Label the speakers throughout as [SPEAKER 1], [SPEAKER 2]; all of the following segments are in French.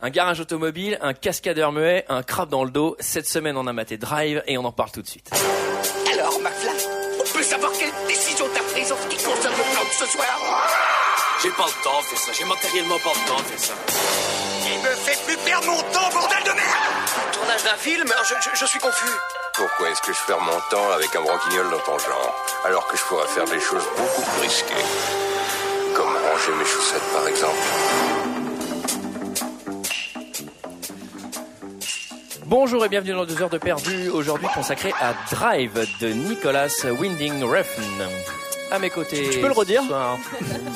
[SPEAKER 1] un garage automobile, un cascadeur muet, un crabe dans le dos. Cette semaine, on a maté Drive et on en parle tout de suite.
[SPEAKER 2] Alors, McFly, on peut savoir quelle décision t'as prise en ce qui concerne le plan de ce soir
[SPEAKER 3] J'ai pas le temps de faire ça, j'ai matériellement pas le temps de faire ça.
[SPEAKER 2] Il me fait plus perdre mon temps, bordel de merde Tournage d'un film je, suis confus.
[SPEAKER 4] Pourquoi est-ce que je perds mon temps avec un branquignol dans ton genre, alors que je pourrais faire des choses beaucoup plus risquées Comme ranger mes chaussettes, par exemple.
[SPEAKER 1] Bonjour et bienvenue dans deux heures de perdu, aujourd'hui consacré à Drive de Nicolas Winding Refn. À mes côtés. Tu
[SPEAKER 5] peux le redire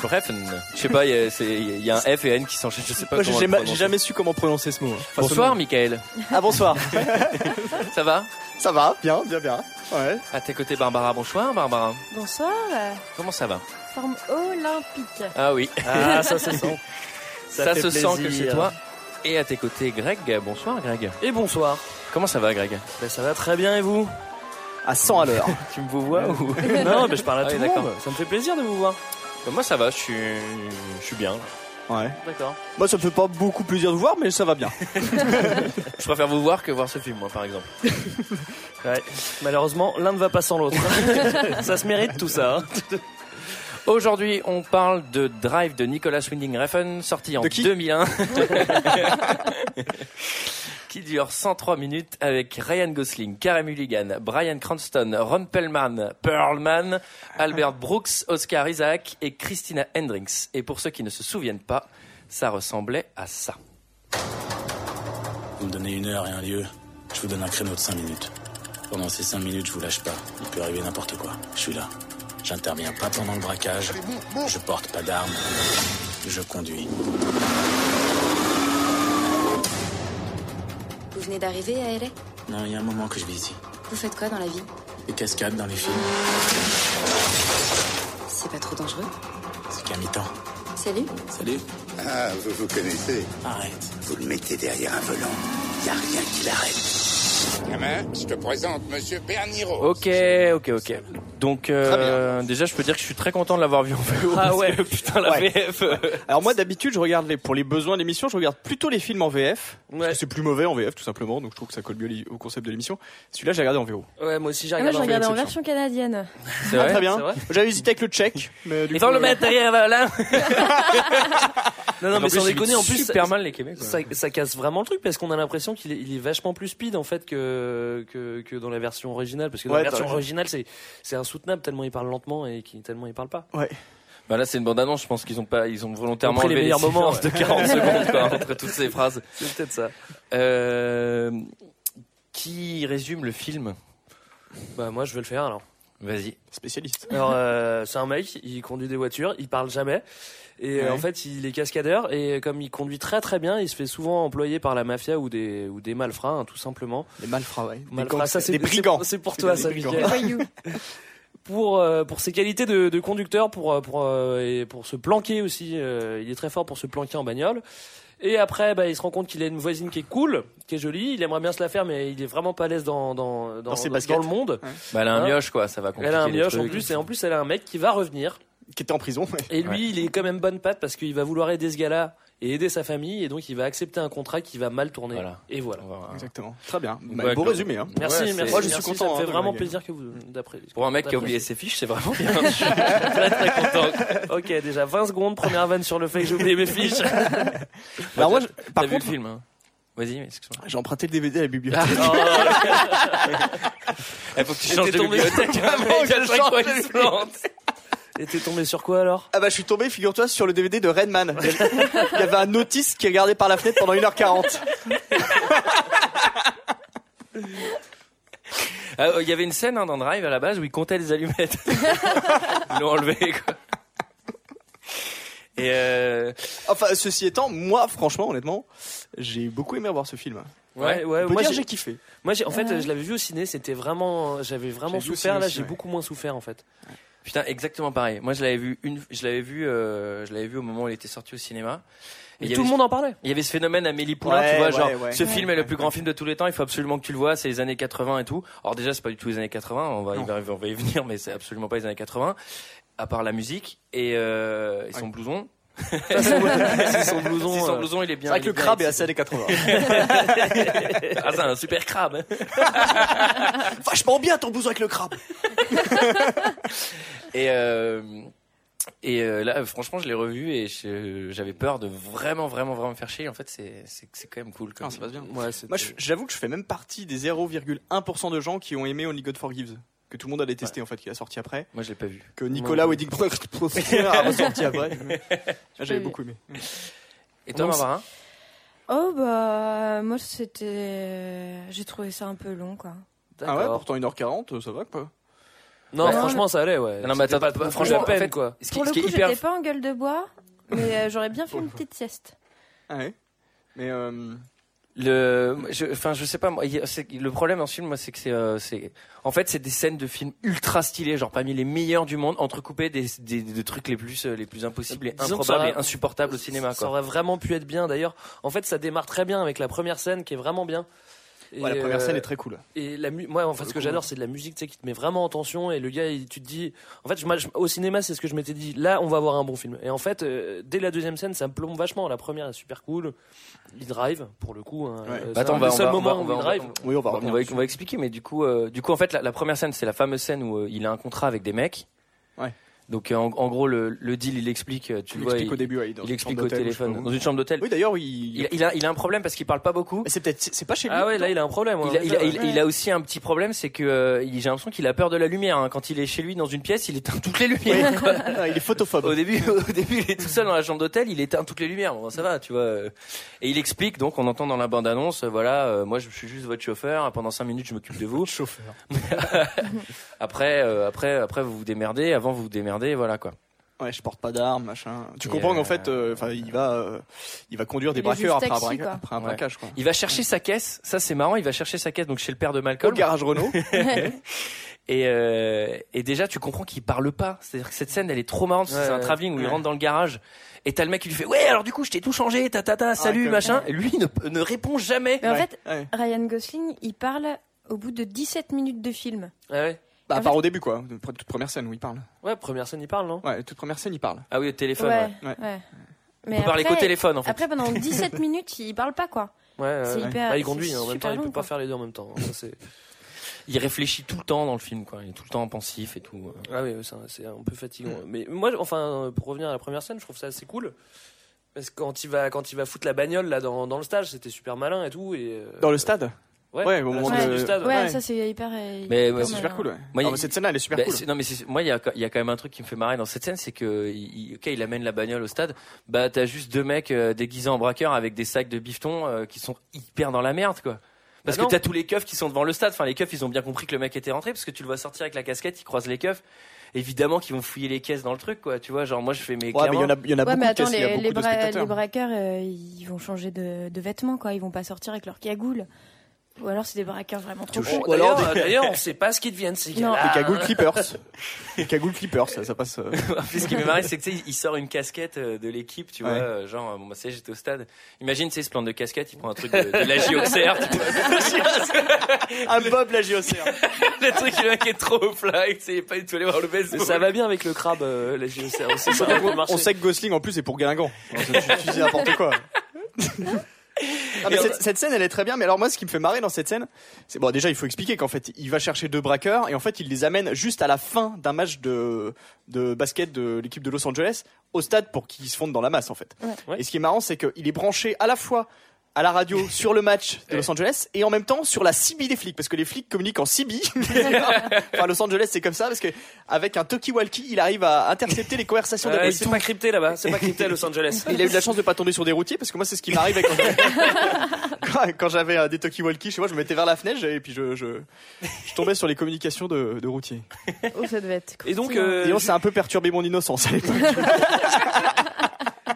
[SPEAKER 1] Refn. Je sais pas, il y a- c'est- il y, a un F et N qui s'enchaînent, je sais pas
[SPEAKER 5] Moi,
[SPEAKER 1] comment
[SPEAKER 5] j'ai
[SPEAKER 1] le
[SPEAKER 5] ma- j'ai
[SPEAKER 1] prononcer.
[SPEAKER 5] jamais su comment prononcer ce mot. Enfin, ce
[SPEAKER 1] Bonsoir
[SPEAKER 5] nom.
[SPEAKER 1] Michael,
[SPEAKER 5] Ah, bonsoir.
[SPEAKER 1] ça va
[SPEAKER 5] Ça va, bien, bien, bien. Ouais.
[SPEAKER 1] À tes côtés Barbara, bonsoir Barbara.
[SPEAKER 6] Bonsoir, euh,
[SPEAKER 1] Comment ça va
[SPEAKER 6] forme olympique.
[SPEAKER 1] Ah oui,
[SPEAKER 5] Ah, ça se sent.
[SPEAKER 1] ça, se sent que c'est toi. Et à tes côtés Greg, bonsoir Greg.
[SPEAKER 7] Et bonsoir.
[SPEAKER 1] Comment ça va Greg
[SPEAKER 7] Ben, ça va très bien et vous
[SPEAKER 5] À 100 à l'heure.
[SPEAKER 7] Tu me vous vois ou Non, ben, je parle à
[SPEAKER 1] Ah
[SPEAKER 7] tout
[SPEAKER 1] oui,
[SPEAKER 7] le
[SPEAKER 1] d'accord.
[SPEAKER 7] monde. Ça me fait plaisir de vous voir.
[SPEAKER 1] Bah, Moi ça va, je suis, je suis bien.
[SPEAKER 5] Ouais.
[SPEAKER 7] D'accord.
[SPEAKER 5] Moi, ça me fait pas beaucoup plaisir de vous voir, mais ça va bien.
[SPEAKER 1] Je préfère vous voir que voir ce film moi par exemple.
[SPEAKER 7] Ouais. Malheureusement, l'un ne va pas sans l'autre. ça se mérite tout ça. hein.
[SPEAKER 1] Aujourd'hui, on parle de Drive de Nicolas Winding Refn, sorti en
[SPEAKER 5] De qui
[SPEAKER 1] 2001. qui dure 103 minutes avec Ryan Gosling, Karen Mulligan, Brian Cranston, Ron Pellman, Perlman, Albert Brooks, Oscar Isaac et Christina Hendricks. Et pour ceux qui ne se souviennent pas, ça ressemblait à ça.
[SPEAKER 8] Vous me donnez une heure et un lieu, je vous donne un créneau de 5 minutes. Pendant ces 5 minutes, je vous lâche pas. Il peut arriver n'importe quoi. Je suis là. J'interviens pas pendant le braquage. Je porte pas d'armes. Je conduis.
[SPEAKER 9] Vous venez d'arriver à LA
[SPEAKER 8] Non, il y a un moment que je vis ici.
[SPEAKER 9] Vous faites quoi dans la vie
[SPEAKER 8] Des cascades dans les films.
[SPEAKER 9] C'est pas trop dangereux
[SPEAKER 8] C'est qu'à mi-temps.
[SPEAKER 9] Salut
[SPEAKER 8] Salut.
[SPEAKER 4] Ah, vous vous connaissez
[SPEAKER 8] Arrête.
[SPEAKER 4] Vous le mettez derrière un volant. Y a rien qui l'arrête.
[SPEAKER 10] Gamin, je te présente Monsieur Berniro.
[SPEAKER 1] Ok, ok, ok. Donc euh, déjà, je peux dire que je suis très content de l'avoir vu en VO.
[SPEAKER 7] Ah
[SPEAKER 1] parce
[SPEAKER 7] ouais.
[SPEAKER 1] que, putain la
[SPEAKER 5] Ouais.
[SPEAKER 1] VF.
[SPEAKER 5] Alors, moi, d'habitude, je regarde les, pour les besoins de l'émission, je regarde plutôt les films en VF. Parce
[SPEAKER 7] Ouais.
[SPEAKER 5] que c'est plus mauvais en VF, tout simplement, donc je trouve que ça colle mieux li- au concept de l'émission. Celui-là, j'ai regardé en VO.
[SPEAKER 7] Ouais, moi aussi j'ai
[SPEAKER 6] Ah, moi,
[SPEAKER 7] regardé.
[SPEAKER 6] je
[SPEAKER 7] un film.
[SPEAKER 6] regardais en
[SPEAKER 5] exception.
[SPEAKER 6] version canadienne.
[SPEAKER 1] C'est
[SPEAKER 5] Ah,
[SPEAKER 1] vrai.
[SPEAKER 5] très bien.
[SPEAKER 7] c'est vrai
[SPEAKER 5] J'avais hésité avec le tchèque, mais du
[SPEAKER 1] Et
[SPEAKER 5] coup,
[SPEAKER 1] dans le
[SPEAKER 5] euh,
[SPEAKER 1] matériel, voilà.
[SPEAKER 7] non, non, mais sans déconner, en plus,
[SPEAKER 1] super
[SPEAKER 7] ça,
[SPEAKER 1] mal les Québécois.
[SPEAKER 7] ça, ça casse vraiment le truc parce qu'on a l'impression qu'il est, il est vachement plus speed en fait que, que, que dans la version originale. Parce que dans
[SPEAKER 5] Ouais,
[SPEAKER 7] la version
[SPEAKER 5] t'as raison.
[SPEAKER 7] originale, c'est c'est insoutenable tellement il parle lentement et qu'il- tellement il parle pas.
[SPEAKER 1] Bah là, c'est une bande-annonce. Je pense qu'ils ont pas, ils ont volontairement
[SPEAKER 7] Ils ont pris les
[SPEAKER 1] enlevé
[SPEAKER 7] meilleurs moments,
[SPEAKER 1] silences de 40 secondes quoi, entre toutes ces phrases.
[SPEAKER 7] C'est peut-être ça.
[SPEAKER 1] Euh, qui résume le film
[SPEAKER 7] Bah, moi je vais le faire alors.
[SPEAKER 1] Vas-y.
[SPEAKER 5] spécialiste.
[SPEAKER 7] Alors, euh, c'est un mec, il conduit des voitures, il parle jamais. Et euh,
[SPEAKER 5] Ouais.
[SPEAKER 7] en fait, il est cascadeur. Et euh, comme il conduit très très bien, il se fait souvent employer par la mafia ou des, ou des malfrats, hein, tout simplement.
[SPEAKER 5] Les malfrats, ouais. Des
[SPEAKER 7] Malfrats,
[SPEAKER 5] gangs-
[SPEAKER 7] ça, c'est-
[SPEAKER 5] des brigands.
[SPEAKER 7] c'est- C'est pour
[SPEAKER 5] C'est
[SPEAKER 7] toi,
[SPEAKER 5] des
[SPEAKER 7] ça,
[SPEAKER 5] brigands.
[SPEAKER 7] Mickaël. Pour, euh, pour ses qualités de, de conducteur, pour, euh, pour, euh, et pour se planquer aussi, euh, il est très fort pour se planquer en bagnole. Et après, bah, il se rend compte qu'il a une voisine qui est cool, qui est jolie, il aimerait bien se la faire, mais il est vraiment pas à l'aise dans, dans, dans,
[SPEAKER 5] Dans ses
[SPEAKER 7] dans
[SPEAKER 5] baskets.
[SPEAKER 7] le monde.
[SPEAKER 1] Bah, elle a un
[SPEAKER 7] Ah.
[SPEAKER 1] mioche quoi. Ça va compliquer.
[SPEAKER 7] Elle a un
[SPEAKER 1] les
[SPEAKER 7] mioche en
[SPEAKER 1] trucs.
[SPEAKER 7] plus, et en plus, elle a un mec qui va revenir.
[SPEAKER 5] Qui était en prison. ouais.
[SPEAKER 7] Et lui,
[SPEAKER 1] Ouais.
[SPEAKER 7] il est quand même bonne patte parce qu'il va vouloir aider ce gars-là et aider sa famille, et donc il va accepter un contrat qui va mal tourner.
[SPEAKER 1] Voilà.
[SPEAKER 7] Et voilà.
[SPEAKER 1] On va voir.
[SPEAKER 5] Exactement. Très bien. Bah,
[SPEAKER 1] Ouais,
[SPEAKER 5] beau
[SPEAKER 1] Claude.
[SPEAKER 5] résumé, hein.
[SPEAKER 7] Merci,
[SPEAKER 1] Ouais, c'est-
[SPEAKER 7] merci.
[SPEAKER 5] Moi, je suis
[SPEAKER 7] merci,
[SPEAKER 5] content,
[SPEAKER 7] Ça me
[SPEAKER 5] hein,
[SPEAKER 7] fait
[SPEAKER 5] de
[SPEAKER 7] vraiment
[SPEAKER 5] la
[SPEAKER 7] plaisir que vous, d'après.
[SPEAKER 1] Pour un mec qui a oublié ses fiches, c'est vraiment bien. Je suis très très content.
[SPEAKER 7] Ok, déjà 20 secondes, première vanne sur le fait que j'ai oublié mes fiches.
[SPEAKER 5] Alors, moi, je-
[SPEAKER 1] T'as
[SPEAKER 5] par
[SPEAKER 1] vu le
[SPEAKER 5] contre,
[SPEAKER 1] film hein Vas-y, excuse-moi.
[SPEAKER 5] j'ai emprunté le DVD à la bibliothèque.
[SPEAKER 1] Il faut que tu
[SPEAKER 7] changes de bibliothèque, hein, mec, à chaque fois, il se plante.
[SPEAKER 1] bibliothèque.
[SPEAKER 7] Et t'es tombé sur quoi alors
[SPEAKER 5] Ah bah je suis tombé, figure-toi, sur le DVD de Redman. Il y avait- il y avait un notice qui regardait par la fenêtre pendant 1h40.
[SPEAKER 1] Il y avait une scène hein, dans Drive à la base où il comptait les allumettes. Ils l'ont enlevé quoi. Et euh,
[SPEAKER 5] Enfin, ceci étant, moi, franchement, honnêtement, j'ai beaucoup aimé voir ce film.
[SPEAKER 1] ouais,
[SPEAKER 7] ouais.
[SPEAKER 5] On peut
[SPEAKER 7] moi,
[SPEAKER 5] dire
[SPEAKER 7] j'ai-
[SPEAKER 5] j'ai kiffé.
[SPEAKER 7] Moi, j'ai, en fait, je l'avais vu au ciné. C'était vraiment, j'avais vraiment
[SPEAKER 5] J'ai vu au
[SPEAKER 7] souffert.
[SPEAKER 5] ciné
[SPEAKER 7] Là,
[SPEAKER 5] aussi,
[SPEAKER 7] j'ai
[SPEAKER 5] ouais.
[SPEAKER 7] beaucoup moins souffert en fait.
[SPEAKER 1] Putain, exactement pareil. Moi, je l'avais vu une, je l'avais vu, euh, je l'avais vu au moment où il était sorti au cinéma. Et
[SPEAKER 7] Et
[SPEAKER 1] il y
[SPEAKER 7] tout
[SPEAKER 1] avait
[SPEAKER 7] le monde en parlait.
[SPEAKER 1] Il y avait ce phénomène Amélie Poulain,
[SPEAKER 5] Ouais,
[SPEAKER 1] tu vois,
[SPEAKER 5] ouais,
[SPEAKER 1] genre,
[SPEAKER 5] ouais.
[SPEAKER 1] ce film est le plus grand film de tous les temps, il faut absolument que tu le vois, c'est les années 80 et tout. Alors déjà, c'est pas du tout les années 80, on va, y, on va y venir, mais c'est absolument pas les années 80, à part la musique et, euh, et son blouson.
[SPEAKER 7] C'est son blouson.
[SPEAKER 1] Si son
[SPEAKER 7] euh,
[SPEAKER 1] blouson, il est
[SPEAKER 5] C'est
[SPEAKER 1] bien.
[SPEAKER 5] vrai que le
[SPEAKER 1] il est bien
[SPEAKER 5] crabe est assez années 80.
[SPEAKER 1] excité. Ah, c'est un super crabe. hein.
[SPEAKER 5] Vachement bien ton bouson avec le crabe.
[SPEAKER 1] Et, euh, et euh, là, franchement, je l'ai revu et je- j'avais peur de vraiment, vraiment, vraiment me faire chier. En fait, c'est c'est- c'est quand même cool. Comme...
[SPEAKER 5] Non,
[SPEAKER 7] Ah,
[SPEAKER 5] ça passe bien.
[SPEAKER 7] Ouais, c'est-
[SPEAKER 5] Moi, je- j'avoue que je fais même partie des 0,1% de gens qui ont aimé Only God Forgives. Que tout le monde a détesté en fait, qui a sorti après.
[SPEAKER 1] Moi, je l'ai pas vu.
[SPEAKER 5] Que Nicolas Wedding a ressorti après. Moi, J'avais beaucoup aimé.
[SPEAKER 1] Et toi,
[SPEAKER 7] Non,
[SPEAKER 1] Barbara
[SPEAKER 6] Oh bah euh, moi c'était j'ai trouvé ça un peu long quoi.
[SPEAKER 5] Ah ouais,
[SPEAKER 7] D'accord.
[SPEAKER 5] pourtant 1h40, ça va quoi.
[SPEAKER 7] Non,
[SPEAKER 1] Ouais.
[SPEAKER 7] franchement, ça allait, ouais.
[SPEAKER 1] Non, mais
[SPEAKER 7] C'était
[SPEAKER 1] attends,
[SPEAKER 7] pas, franchement,
[SPEAKER 1] franchement,
[SPEAKER 7] la peine,
[SPEAKER 1] en fait-
[SPEAKER 7] quoi.
[SPEAKER 1] Ce
[SPEAKER 6] Pour
[SPEAKER 1] ce
[SPEAKER 6] le coup, j'étais pas en gueule de bois, mais euh, j'aurais bien fait une petite sieste.
[SPEAKER 5] Ah ouais. Mais euh,
[SPEAKER 1] Le, je, enfin, je sais pas. Moi, il y a- c'est- le problème dans ce film, moi, c'est que c'est, euh, c'est, en fait, c'est des scènes de films ultra stylées, genre parmi les meilleurs du monde, entrecoupées des, des, des trucs les plus, euh, les plus impossibles, et
[SPEAKER 7] Disons que ça
[SPEAKER 1] improbables,
[SPEAKER 7] aurait-
[SPEAKER 1] et insupportables au cinéma.
[SPEAKER 7] Ça
[SPEAKER 1] Quoi.
[SPEAKER 7] aurait vraiment pu être bien, d'ailleurs. En fait, ça démarre très bien avec la première scène qui est vraiment bien. Et,
[SPEAKER 5] ouais, la première
[SPEAKER 7] euh,
[SPEAKER 5] scène est très cool.
[SPEAKER 7] Et la mu- moi, en fait, ce que j'adore, c'est de la musique, tu sais, qui te met vraiment en tension. Et le gars, il- tu te dis, en fait, je- moi, je- au cinéma, c'est ce que je m'étais dit. Là, on va voir un bon film. Et en fait, euh, dès la deuxième scène, ça me plombe vachement. La première est super cool. Il drive, pour le coup. hein.
[SPEAKER 5] Ouais.
[SPEAKER 7] Euh,
[SPEAKER 1] Bah,
[SPEAKER 7] c'est
[SPEAKER 1] attends,
[SPEAKER 7] un-
[SPEAKER 1] on va-
[SPEAKER 7] le
[SPEAKER 1] on
[SPEAKER 7] seul
[SPEAKER 1] va- on
[SPEAKER 7] moment
[SPEAKER 1] va-
[SPEAKER 7] où
[SPEAKER 1] on va-
[SPEAKER 7] il drive.
[SPEAKER 5] Oui, on va
[SPEAKER 1] On va,
[SPEAKER 5] revenir.
[SPEAKER 1] on va expliquer, mais du coup, euh, du coup, en fait, la, la première scène, c'est la fameuse scène où euh, il a un contrat avec des mecs.
[SPEAKER 5] Ouais.
[SPEAKER 1] Donc, euh, en, en gros, le, le deal, il explique. euh, Tu
[SPEAKER 5] Tu
[SPEAKER 1] le vois,
[SPEAKER 5] l'expliques
[SPEAKER 1] il,
[SPEAKER 5] au début, ouais, dans
[SPEAKER 1] il
[SPEAKER 5] une
[SPEAKER 1] explique
[SPEAKER 5] chambre
[SPEAKER 1] au
[SPEAKER 5] d'hôtel, je sais
[SPEAKER 1] téléphone
[SPEAKER 5] pas où.
[SPEAKER 1] dans une chambre d'hôtel.
[SPEAKER 5] Oui, d'ailleurs, il.
[SPEAKER 1] Il, il a, il a un problème parce qu'il parle pas beaucoup.
[SPEAKER 5] Mais C'est peut-être, c'est c'est pas chez lui.
[SPEAKER 7] Ah ouais, là, il a un problème. ouais,
[SPEAKER 1] Il a,
[SPEAKER 7] en
[SPEAKER 1] il,
[SPEAKER 7] fait,
[SPEAKER 1] a,
[SPEAKER 7] ouais.
[SPEAKER 1] il- il a aussi un petit problème, c'est que euh, il- j'ai l'impression qu'il a peur de la lumière. hein. Quand il est chez lui dans une pièce, il éteint toutes les lumières. quoi.
[SPEAKER 5] Ah, il est photophobe.
[SPEAKER 1] Au début, au début, il est tout seul dans la chambre d'hôtel, il éteint toutes les lumières. Bon, ça va, tu vois. euh. Et il explique, donc, on entend dans la bande-annonce, euh, voilà, euh, moi, je suis juste votre chauffeur. hein, Pendant cinq minutes, je m'occupe de vous.
[SPEAKER 5] Chauffeur.
[SPEAKER 1] Après, euh, après, après, vous vous démerdez. Avant, vous vous démerdez, voilà quoi.
[SPEAKER 5] Ouais, je porte pas d'armes, machin. Tu
[SPEAKER 1] Et
[SPEAKER 5] comprends
[SPEAKER 1] euh,
[SPEAKER 5] qu'en fait, euh, enfin, il va, euh, il va conduire des
[SPEAKER 6] Il est juste
[SPEAKER 5] braqueurs après, un
[SPEAKER 6] taxi,
[SPEAKER 5] braquage-
[SPEAKER 6] quoi.
[SPEAKER 5] après un
[SPEAKER 1] Ouais.
[SPEAKER 5] braquage, quoi.
[SPEAKER 1] Il va chercher sa caisse. Ça, c'est marrant. Il va chercher sa caisse donc chez le père de
[SPEAKER 5] Au
[SPEAKER 1] Malcolm.
[SPEAKER 5] garage Renault.
[SPEAKER 1] Et, euh, et déjà, tu comprends qu'il parle pas. C'est-à-dire que cette scène, elle est trop marrante. parce que
[SPEAKER 7] Ouais,
[SPEAKER 1] c'est un
[SPEAKER 7] ouais.
[SPEAKER 1] travelling où il
[SPEAKER 5] Ouais.
[SPEAKER 1] rentre dans le garage. Et t'as le mec qui lui fait, ouais, alors du coup, je t'ai tout changé, ta ta
[SPEAKER 7] Ah,
[SPEAKER 1] ta, salut,
[SPEAKER 5] comme-
[SPEAKER 1] machin. Et lui ne, ne répond jamais.
[SPEAKER 6] Mais en fait,
[SPEAKER 5] Ouais.
[SPEAKER 6] Ryan Gosling, il parle au bout de 17 minutes de film.
[SPEAKER 7] Ah ouais.
[SPEAKER 5] Bah, à
[SPEAKER 6] En
[SPEAKER 5] part au début, quoi. De- Toute première scène où il parle.
[SPEAKER 7] Ouais, première scène, il parle, non
[SPEAKER 5] Ouais, toute première scène, il parle.
[SPEAKER 1] Ah oui, au téléphone. ouais.
[SPEAKER 6] Ouais,
[SPEAKER 5] Ouais.
[SPEAKER 6] ouais.
[SPEAKER 1] On
[SPEAKER 6] Mais
[SPEAKER 1] peut parler qu'au
[SPEAKER 6] après,
[SPEAKER 1] téléphone, en fait. Euh,
[SPEAKER 6] après pendant 17 minutes, il parle pas quoi.
[SPEAKER 7] Ouais, ouais,
[SPEAKER 6] C'est
[SPEAKER 7] ouais.
[SPEAKER 6] hyper-
[SPEAKER 7] Bah, il conduit,
[SPEAKER 6] c'est
[SPEAKER 7] hein, en même temps,
[SPEAKER 6] super
[SPEAKER 7] il peut
[SPEAKER 6] long,
[SPEAKER 7] pas
[SPEAKER 6] quoi.
[SPEAKER 7] faire les deux en même temps. hein, Ça, c'est-
[SPEAKER 1] Il réfléchit tout le temps dans le film, quoi. Il est tout le temps pensif et tout. hein.
[SPEAKER 7] Ah oui, ça, c'est un peu fatigant. Mais moi, enfin, pour revenir à la première scène, je trouve ça assez cool. Parce que quand il va, quand il va foutre la bagnole là dans, dans le stage, c'était super malin et tout. Et, euh,
[SPEAKER 5] Dans le stade.
[SPEAKER 7] ouais,
[SPEAKER 5] ouais, au
[SPEAKER 7] à la
[SPEAKER 5] moment
[SPEAKER 7] sortie
[SPEAKER 5] de-
[SPEAKER 7] du stade.
[SPEAKER 6] Ouais,
[SPEAKER 5] Ouais.
[SPEAKER 6] ça c'est hyper. euh,
[SPEAKER 1] Mais,
[SPEAKER 6] hyper
[SPEAKER 1] ouais,
[SPEAKER 5] C'est
[SPEAKER 1] mal,
[SPEAKER 5] super
[SPEAKER 6] malin.
[SPEAKER 5] cool, ouais.
[SPEAKER 1] Moi,
[SPEAKER 5] Ah,
[SPEAKER 1] il-
[SPEAKER 5] bah, cette scène-là, elle est super
[SPEAKER 1] Bah,
[SPEAKER 5] cool.
[SPEAKER 1] c'est- Non mais c'est- moi il y a, il y a quand même un truc qui me fait marrer dans cette scène, c'est que il, il- ok, il amène la bagnole au stade, bah t'as juste deux mecs euh, déguisés en braqueurs avec des sacs de bifton euh, qui sont hyper dans la merde quoi. Parce
[SPEAKER 7] Bah
[SPEAKER 1] que
[SPEAKER 7] non.
[SPEAKER 1] t'as tous les keufs qui sont devant le stade. Enfin les keufs ils ont bien compris que le mec était rentré parce que tu le vois sortir avec la casquette, ils croisent les keufs. Évidemment qu'ils vont fouiller les caisses dans le truc quoi. Tu vois genre moi je fais mes.
[SPEAKER 5] Ouais, mais il y en a,
[SPEAKER 1] clairement-
[SPEAKER 5] il y en a
[SPEAKER 6] Ouais,
[SPEAKER 5] Ah, beaucoup
[SPEAKER 6] mais attends,
[SPEAKER 5] de caisses, il y a
[SPEAKER 6] les,
[SPEAKER 5] beaucoup
[SPEAKER 6] les
[SPEAKER 5] de
[SPEAKER 6] bra-
[SPEAKER 5] spectateurs.
[SPEAKER 6] les braqueurs, euh, ils vont changer de, de vêtements, quoi. Ils vont pas sortir avec leur cagoule. Ou alors, c'est des braqueurs vraiment trop
[SPEAKER 5] Touche.
[SPEAKER 6] cons.
[SPEAKER 7] Bon,
[SPEAKER 5] Ou alors
[SPEAKER 7] D'ailleurs, euh, d'ailleurs, on sait pas ce qu'ils deviennent ces
[SPEAKER 6] Non.
[SPEAKER 7] gars-là.
[SPEAKER 5] Les cagoules clippers. les cagoules Ah. clippers, ça, ça passe. euh,
[SPEAKER 1] En plus, ce qui me marre, c'est que tu sais, il sort une casquette euh, de l'équipe, tu vois,
[SPEAKER 5] Ouais.
[SPEAKER 1] euh, genre, euh, bon, bah, c'est j'étais au stade. Imagine, tu sais, il se plante de casquette, il prend un truc de, de la JOXR, E tu vois,
[SPEAKER 5] Un bob la JOCR.
[SPEAKER 1] le truc le mec est trop au fly, tu sais, il est pas du tout allé voir le
[SPEAKER 7] Mais
[SPEAKER 1] baseball.
[SPEAKER 7] ça va bien avec le crabe, euh, la JOCR aussi. Ça aurait pu marcher.
[SPEAKER 5] On sait que Gosling en plus est pour Guingamp. Alors, Oh, ça, tu, tu dis n'importe quoi. Ah, mais cette, cette scène elle est très bien mais alors moi ce qui me fait marrer dans cette scène c'est bon déjà il faut expliquer qu'en fait il va chercher deux braqueurs et en fait il les amène juste à la fin d'un match de, de basket de l'équipe de Los Angeles au stade pour qu'ils se fondent dans la masse en fait
[SPEAKER 7] Ouais.
[SPEAKER 5] et ce qui est marrant c'est qu'il est branché à la fois à la radio sur le match de Los Angeles et en même temps sur la CB des flics parce que les flics communiquent en CB enfin Los Angeles c'est comme ça parce que avec un talkie-walkie il arrive à intercepter les conversations
[SPEAKER 7] Ouais,
[SPEAKER 5] des
[SPEAKER 7] c'est pas crypté là-bas, c'est pas crypté à Los Angeles.
[SPEAKER 5] il a eu de la chance de pas tomber sur des routiers parce que moi c'est ce qui m'arrive quand, quand- quand j'avais euh, des talkie-walkie chez moi je me mettais vers la fenêtre et puis je, je, je tombais sur les communications de, de routiers
[SPEAKER 6] Oh, ça devait être.
[SPEAKER 7] Et donc,
[SPEAKER 6] croustillant.
[SPEAKER 7] euh,
[SPEAKER 5] Disons, ça a un peu perturbé mon innocence à l'époque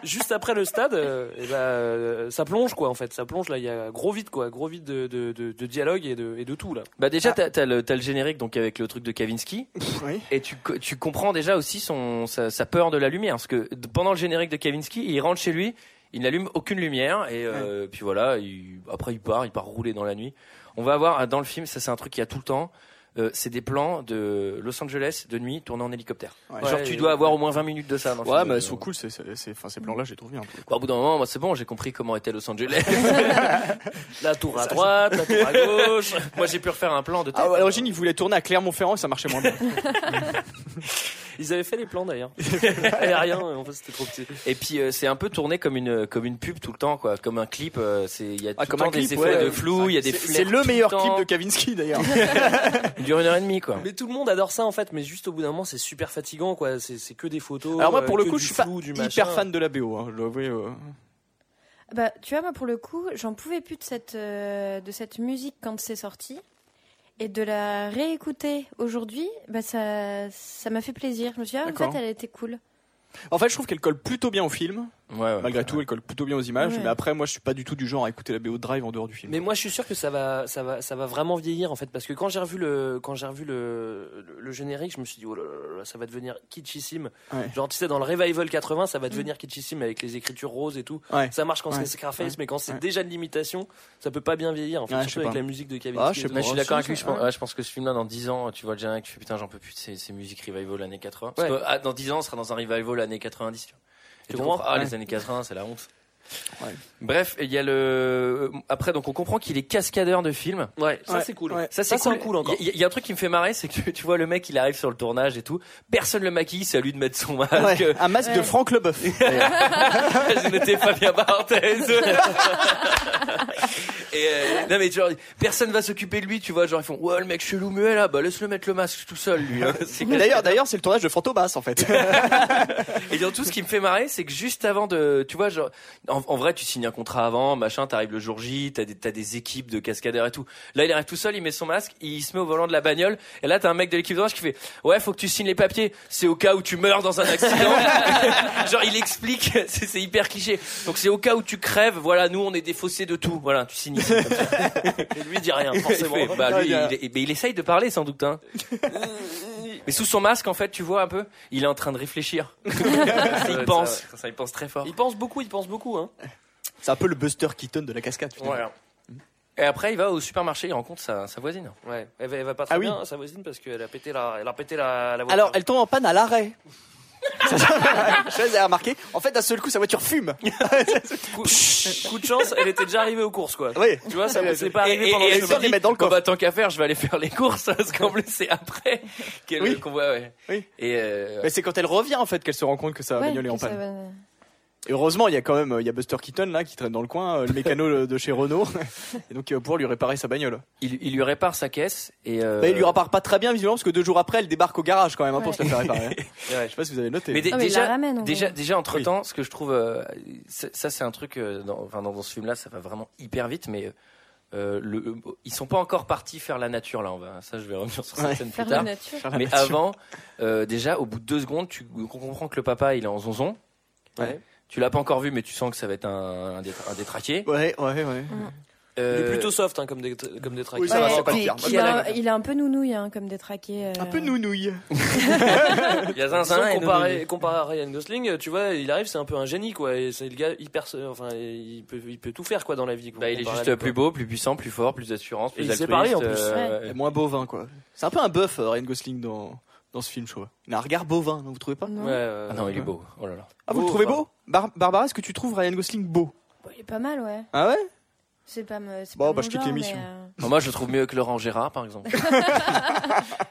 [SPEAKER 7] juste après le stade, euh, eh ben, euh, ça plonge quoi en fait, ça plonge là, il y a gros vide quoi, gros vide de, de, de, de dialogue et de, et de tout là.
[SPEAKER 1] Bah déjà, t'as t'as le, t'as le générique donc avec le truc de Kavinsky,
[SPEAKER 5] oui.
[SPEAKER 1] et tu, co- tu comprends déjà aussi son sa, sa peur de la lumière, parce que d- pendant le générique de Kavinsky, il rentre chez lui, il n'allume aucune lumière, et euh, puis voilà, il- après il part, il part rouler dans la nuit. On va avoir ah, dans le film, ça c'est un truc qu'il y a tout le temps. euh, c'est des plans de Los Angeles de nuit tournés en hélicoptère.
[SPEAKER 5] Ouais.
[SPEAKER 1] Genre
[SPEAKER 5] Ouais,
[SPEAKER 1] tu
[SPEAKER 5] et-
[SPEAKER 1] dois avoir au moins 20 minutes de ça. dans le
[SPEAKER 5] Ouais,
[SPEAKER 1] film.
[SPEAKER 5] mais
[SPEAKER 7] bah,
[SPEAKER 5] elles sont cool, c'est- Bah, c'est- c'est- enfin, ces plans-là, je les trouve bien.
[SPEAKER 1] Bon, Bah, au bout d'un moment, moi, c'est bon, j'ai compris comment était Los Angeles. la tour à
[SPEAKER 5] Ça,
[SPEAKER 1] droite, la tour à gauche. Moi, j'ai pu refaire un plan de tête.
[SPEAKER 5] Ah, à l'origine, ils voulaient tourner à Clermont-Ferrand et ça marchait moins bien.
[SPEAKER 7] Ils avaient fait les plans d'ailleurs. Aérien, en fait, c'était trop petit.
[SPEAKER 1] Et puis euh, c'est un peu tourné comme une comme une pub tout le temps quoi, comme un clip. euh, c'est il y a tout
[SPEAKER 5] Ah,
[SPEAKER 1] le temps des effets
[SPEAKER 5] ouais.
[SPEAKER 1] de flou, il y a des
[SPEAKER 5] C'est-
[SPEAKER 1] flairs
[SPEAKER 5] C'est le
[SPEAKER 1] tout
[SPEAKER 5] meilleur
[SPEAKER 1] temps.
[SPEAKER 5] clip de Kavinsky d'ailleurs.
[SPEAKER 1] Il dure une heure et demie quoi.
[SPEAKER 7] Mais tout le monde adore ça en fait, mais juste au bout d'un moment, c'est super fatigant quoi. C'est c'est que des photos.
[SPEAKER 5] Alors moi,
[SPEAKER 7] euh,
[SPEAKER 5] pour le
[SPEAKER 7] que
[SPEAKER 5] coup,
[SPEAKER 7] du
[SPEAKER 5] je suis pas
[SPEAKER 7] flou, du machin.
[SPEAKER 5] hyper fan de la BO. hein, je dois avouer. euh.
[SPEAKER 6] Bah, tu vois, moi, pour le coup, j'en pouvais plus de cette, euh, de cette musique quand c'est sorti. Et de la réécouter aujourd'hui, bah, ça, ça m'a fait plaisir. Je me suis dit, ah, en
[SPEAKER 5] D'accord.
[SPEAKER 6] fait, elle était cool.
[SPEAKER 5] En fait, je trouve qu'elle colle plutôt bien au film.
[SPEAKER 1] Ouais, ouais.
[SPEAKER 5] Malgré tout, elle colle plutôt bien aux images.
[SPEAKER 6] Ouais.
[SPEAKER 5] Mais après, moi, je suis pas du tout du genre à écouter la BO Drive en dehors du film.
[SPEAKER 7] Mais moi, je suis sûr que ça va, ça va, ça va vraiment vieillir en fait, parce que quand j'ai revu le, quand j'ai revu le, le, le générique, je me suis dit, oh là là là là, ça va devenir kitschissime.
[SPEAKER 5] Ouais.
[SPEAKER 7] Genre, tu sais, dans le revival 80, ça va devenir kitschissime avec les écritures roses et tout.
[SPEAKER 5] Ouais.
[SPEAKER 7] Ça marche quand
[SPEAKER 5] Ouais.
[SPEAKER 7] c'est Scarface,
[SPEAKER 5] Ouais.
[SPEAKER 7] mais quand c'est
[SPEAKER 5] Ouais.
[SPEAKER 7] déjà de l'imitation, ça peut pas bien vieillir. En fait,
[SPEAKER 5] Ouais, je sais
[SPEAKER 7] surtout avec
[SPEAKER 5] pas.
[SPEAKER 7] la musique de Kavinsky.
[SPEAKER 5] Ah, je sais
[SPEAKER 7] et tout.
[SPEAKER 5] pas.
[SPEAKER 1] Mais je suis
[SPEAKER 5] Ouais,
[SPEAKER 1] d'accord avec
[SPEAKER 5] si,
[SPEAKER 1] lui. Je
[SPEAKER 5] ça,
[SPEAKER 1] pense,
[SPEAKER 5] ouais.
[SPEAKER 1] ouais, je pense que ce film-là, dans 10 ans, tu vois le générique, tu fais putain, j'en peux plus de ces, ces musiques revival années 80. Parce
[SPEAKER 7] Ouais.
[SPEAKER 1] que ah, dans 10 ans, on sera dans un revival années 90. Tu vois. Et
[SPEAKER 7] Et
[SPEAKER 1] tu
[SPEAKER 7] pour
[SPEAKER 1] comprends, ah,
[SPEAKER 5] ouais.
[SPEAKER 1] les années 80, c'est la honte.
[SPEAKER 5] Ouais.
[SPEAKER 1] Bref, il y a le. euh, Après, donc on comprend qu'il est cascadeur de films.
[SPEAKER 7] Ouais, ça
[SPEAKER 5] Ouais.
[SPEAKER 7] c'est cool.
[SPEAKER 5] Ouais.
[SPEAKER 1] Ça c'est
[SPEAKER 7] Ça, c'est
[SPEAKER 1] cool.
[SPEAKER 7] un cool encore.
[SPEAKER 1] Il y, a- il y a un truc qui me fait marrer, c'est que tu, tu vois le mec, il arrive sur le tournage et tout. Personne le maquille, c'est à lui de mettre son masque.
[SPEAKER 5] Ouais, un masque de
[SPEAKER 6] Ouais.
[SPEAKER 5] Franck Leboeuf.
[SPEAKER 1] je n'étais pas bien parenthèse. Et euh, non mais genre personne va s'occuper de lui, tu vois, genre ils font ouais le mec chelou muet là, bah laisse le mettre le masque tout seul lui. hein. C'est
[SPEAKER 5] Mais D'ailleurs, d'ailleurs, c'est le tournage de Fantomas en fait.
[SPEAKER 1] Et surtout, ce qui me fait marrer, c'est que juste avant de, tu vois, genre, en, en vrai, tu signes un contrat avant, machin, t'arrives le jour J, t'as des, t'as des équipes de cascadeurs et tout. Là, il arrive tout seul, il met son masque, il se met au volant de la bagnole, et là, t'as un mec de l'équipe d'orange qui fait, ouais, faut que tu signes les papiers, c'est au cas où tu meurs dans un accident. genre, il explique, c'est, c'est hyper cliché. Donc, c'est au cas où tu crèves, voilà, nous, on est défaussés de tout, voilà, tu signes. ici, comme ça. Et lui, il dit rien, forcément.
[SPEAKER 5] Il fait,
[SPEAKER 1] bah, lui,
[SPEAKER 5] ouais,
[SPEAKER 1] il, il- mais il essaye de parler, sans doute, hein. Mais sous son masque, en fait, tu vois un peu, il est en train de réfléchir. il pense. il pense très fort.
[SPEAKER 7] Il pense beaucoup, il pense beaucoup. Hein.
[SPEAKER 5] C'est un peu le Buster Keaton de la cascade. finalement. hein.
[SPEAKER 1] Et après, il va au supermarché, il rencontre sa, sa voisine.
[SPEAKER 7] Ouais. Elle, va, elle va pas très
[SPEAKER 5] Ah oui.
[SPEAKER 7] bien, hein, sa voisine, parce qu'elle a pété la, elle a pété la, la voiture.
[SPEAKER 5] Alors, elle tombe en panne à l'arrêt. Je sais pas si vous avez remarqué. En fait, d'un seul coup, sa voiture fume.
[SPEAKER 7] coup, coup de chance, elle était déjà arrivée aux courses, quoi.
[SPEAKER 5] Oui.
[SPEAKER 7] Tu vois, ça
[SPEAKER 5] Elle-
[SPEAKER 7] c'est pas
[SPEAKER 1] Et,
[SPEAKER 7] arrivé
[SPEAKER 1] et-
[SPEAKER 7] pendant
[SPEAKER 1] et
[SPEAKER 7] le
[SPEAKER 1] elle
[SPEAKER 5] chemin.
[SPEAKER 1] se
[SPEAKER 5] Ils les
[SPEAKER 1] dit,
[SPEAKER 5] mettent dans le
[SPEAKER 1] bon,
[SPEAKER 5] coffre.
[SPEAKER 1] bah, tant qu'à faire, je vais aller faire les courses, parce qu'en plus, c'est après qu'elle-
[SPEAKER 5] Oui.
[SPEAKER 1] qu'on voit, ouais.
[SPEAKER 5] Oui. Bah,
[SPEAKER 1] Et euh,
[SPEAKER 5] Mais c'est quand elle revient en fait qu'elle se rend compte que sa
[SPEAKER 6] Ouais,
[SPEAKER 5] bagnole est en
[SPEAKER 6] que ça
[SPEAKER 5] panne.
[SPEAKER 6] va-
[SPEAKER 5] Et heureusement, il y a quand même euh, il y a Buster Keaton là qui traîne dans le coin, euh, le mécano euh, de chez Renault, et donc il va pouvoir lui réparer sa bagnole.
[SPEAKER 1] il, il lui répare sa caisse. Et, euh,
[SPEAKER 5] Bah, il lui répare pas très bien visiblement parce que deux jours après, elle débarque au garage quand même hein, pour
[SPEAKER 6] Ouais.
[SPEAKER 5] se la faire réparer. hein.
[SPEAKER 7] Ouais.
[SPEAKER 5] Je sais pas si vous avez noté.
[SPEAKER 1] Mais dé-
[SPEAKER 6] Ah, mais il la
[SPEAKER 1] déjà,
[SPEAKER 6] ramène, en
[SPEAKER 1] déjà,
[SPEAKER 6] gros.
[SPEAKER 1] déjà, entre temps, ce que je trouve, euh, c'est- ça, c'est un truc, euh, dans, enfin, dans, dans ce film-là, ça va vraiment hyper vite, mais euh, le, le- ils sont pas encore partis faire la nature, là, on va, ça, je vais revenir sur cette
[SPEAKER 5] Ouais.
[SPEAKER 1] scène plus
[SPEAKER 6] Faire
[SPEAKER 1] tard.
[SPEAKER 6] la nature.
[SPEAKER 5] Faire la
[SPEAKER 1] Mais
[SPEAKER 5] nature.
[SPEAKER 1] avant, euh, déjà, au bout de deux secondes, tu on comprends que le papa, il est en zonzon.
[SPEAKER 7] Ouais.
[SPEAKER 1] Tu l'as pas encore vu, mais tu sens que ça va être un, un, dé- un détraqué.
[SPEAKER 5] Ouais, ouais, ouais.
[SPEAKER 7] Il
[SPEAKER 1] Euh,
[SPEAKER 7] est plutôt soft hein, comme des comme des tracks.
[SPEAKER 5] Oui, ça va,
[SPEAKER 6] Ouais,
[SPEAKER 5] c'est pas
[SPEAKER 6] puis-
[SPEAKER 5] le pire.
[SPEAKER 6] il, a, Bah, il a un peu nounouille hein, comme détraqué. euh.
[SPEAKER 5] Un peu nounouille.
[SPEAKER 1] il y a
[SPEAKER 7] Disons,
[SPEAKER 1] zinzin et
[SPEAKER 7] comparé, comparé à Ryan Gosling, tu vois, il arrive, c'est un peu un génie, quoi. Et c'est le gars hyper, enfin, il peut, il peut tout faire, quoi, dans la vie. quoi,
[SPEAKER 1] Bah, il est
[SPEAKER 7] comparé à
[SPEAKER 1] juste
[SPEAKER 7] lui,
[SPEAKER 1] plus
[SPEAKER 7] quoi.
[SPEAKER 1] beau, plus puissant, plus fort, plus d'assurance, plus
[SPEAKER 7] Et il sait
[SPEAKER 1] altruiste.
[SPEAKER 7] parler, en plus.
[SPEAKER 1] euh,
[SPEAKER 5] Et moins bovin quoi. C'est un peu un bœuf euh, Ryan Gosling dans dans ce film, je trouve. Il a un regard bovin, non, vous trouvez pas
[SPEAKER 6] Non.
[SPEAKER 7] Ouais, euh,
[SPEAKER 1] Ah non, il est beau. Oh là là.
[SPEAKER 5] Ah, vous le
[SPEAKER 7] Beau,
[SPEAKER 5] trouvez
[SPEAKER 7] enfin.
[SPEAKER 5] beau Bar- Barbara, est-ce que tu trouves Ryan Gosling beau
[SPEAKER 6] Bon, il est pas mal, ouais.
[SPEAKER 5] Ah ouais
[SPEAKER 6] C'est pas me- c'est
[SPEAKER 5] Bon,
[SPEAKER 6] pas
[SPEAKER 5] bah,
[SPEAKER 6] mon
[SPEAKER 5] je quitte
[SPEAKER 6] genre,
[SPEAKER 5] l'émission.
[SPEAKER 6] mais, euh,
[SPEAKER 1] Non, moi, je le trouve mieux que Laurent Gérard, par exemple.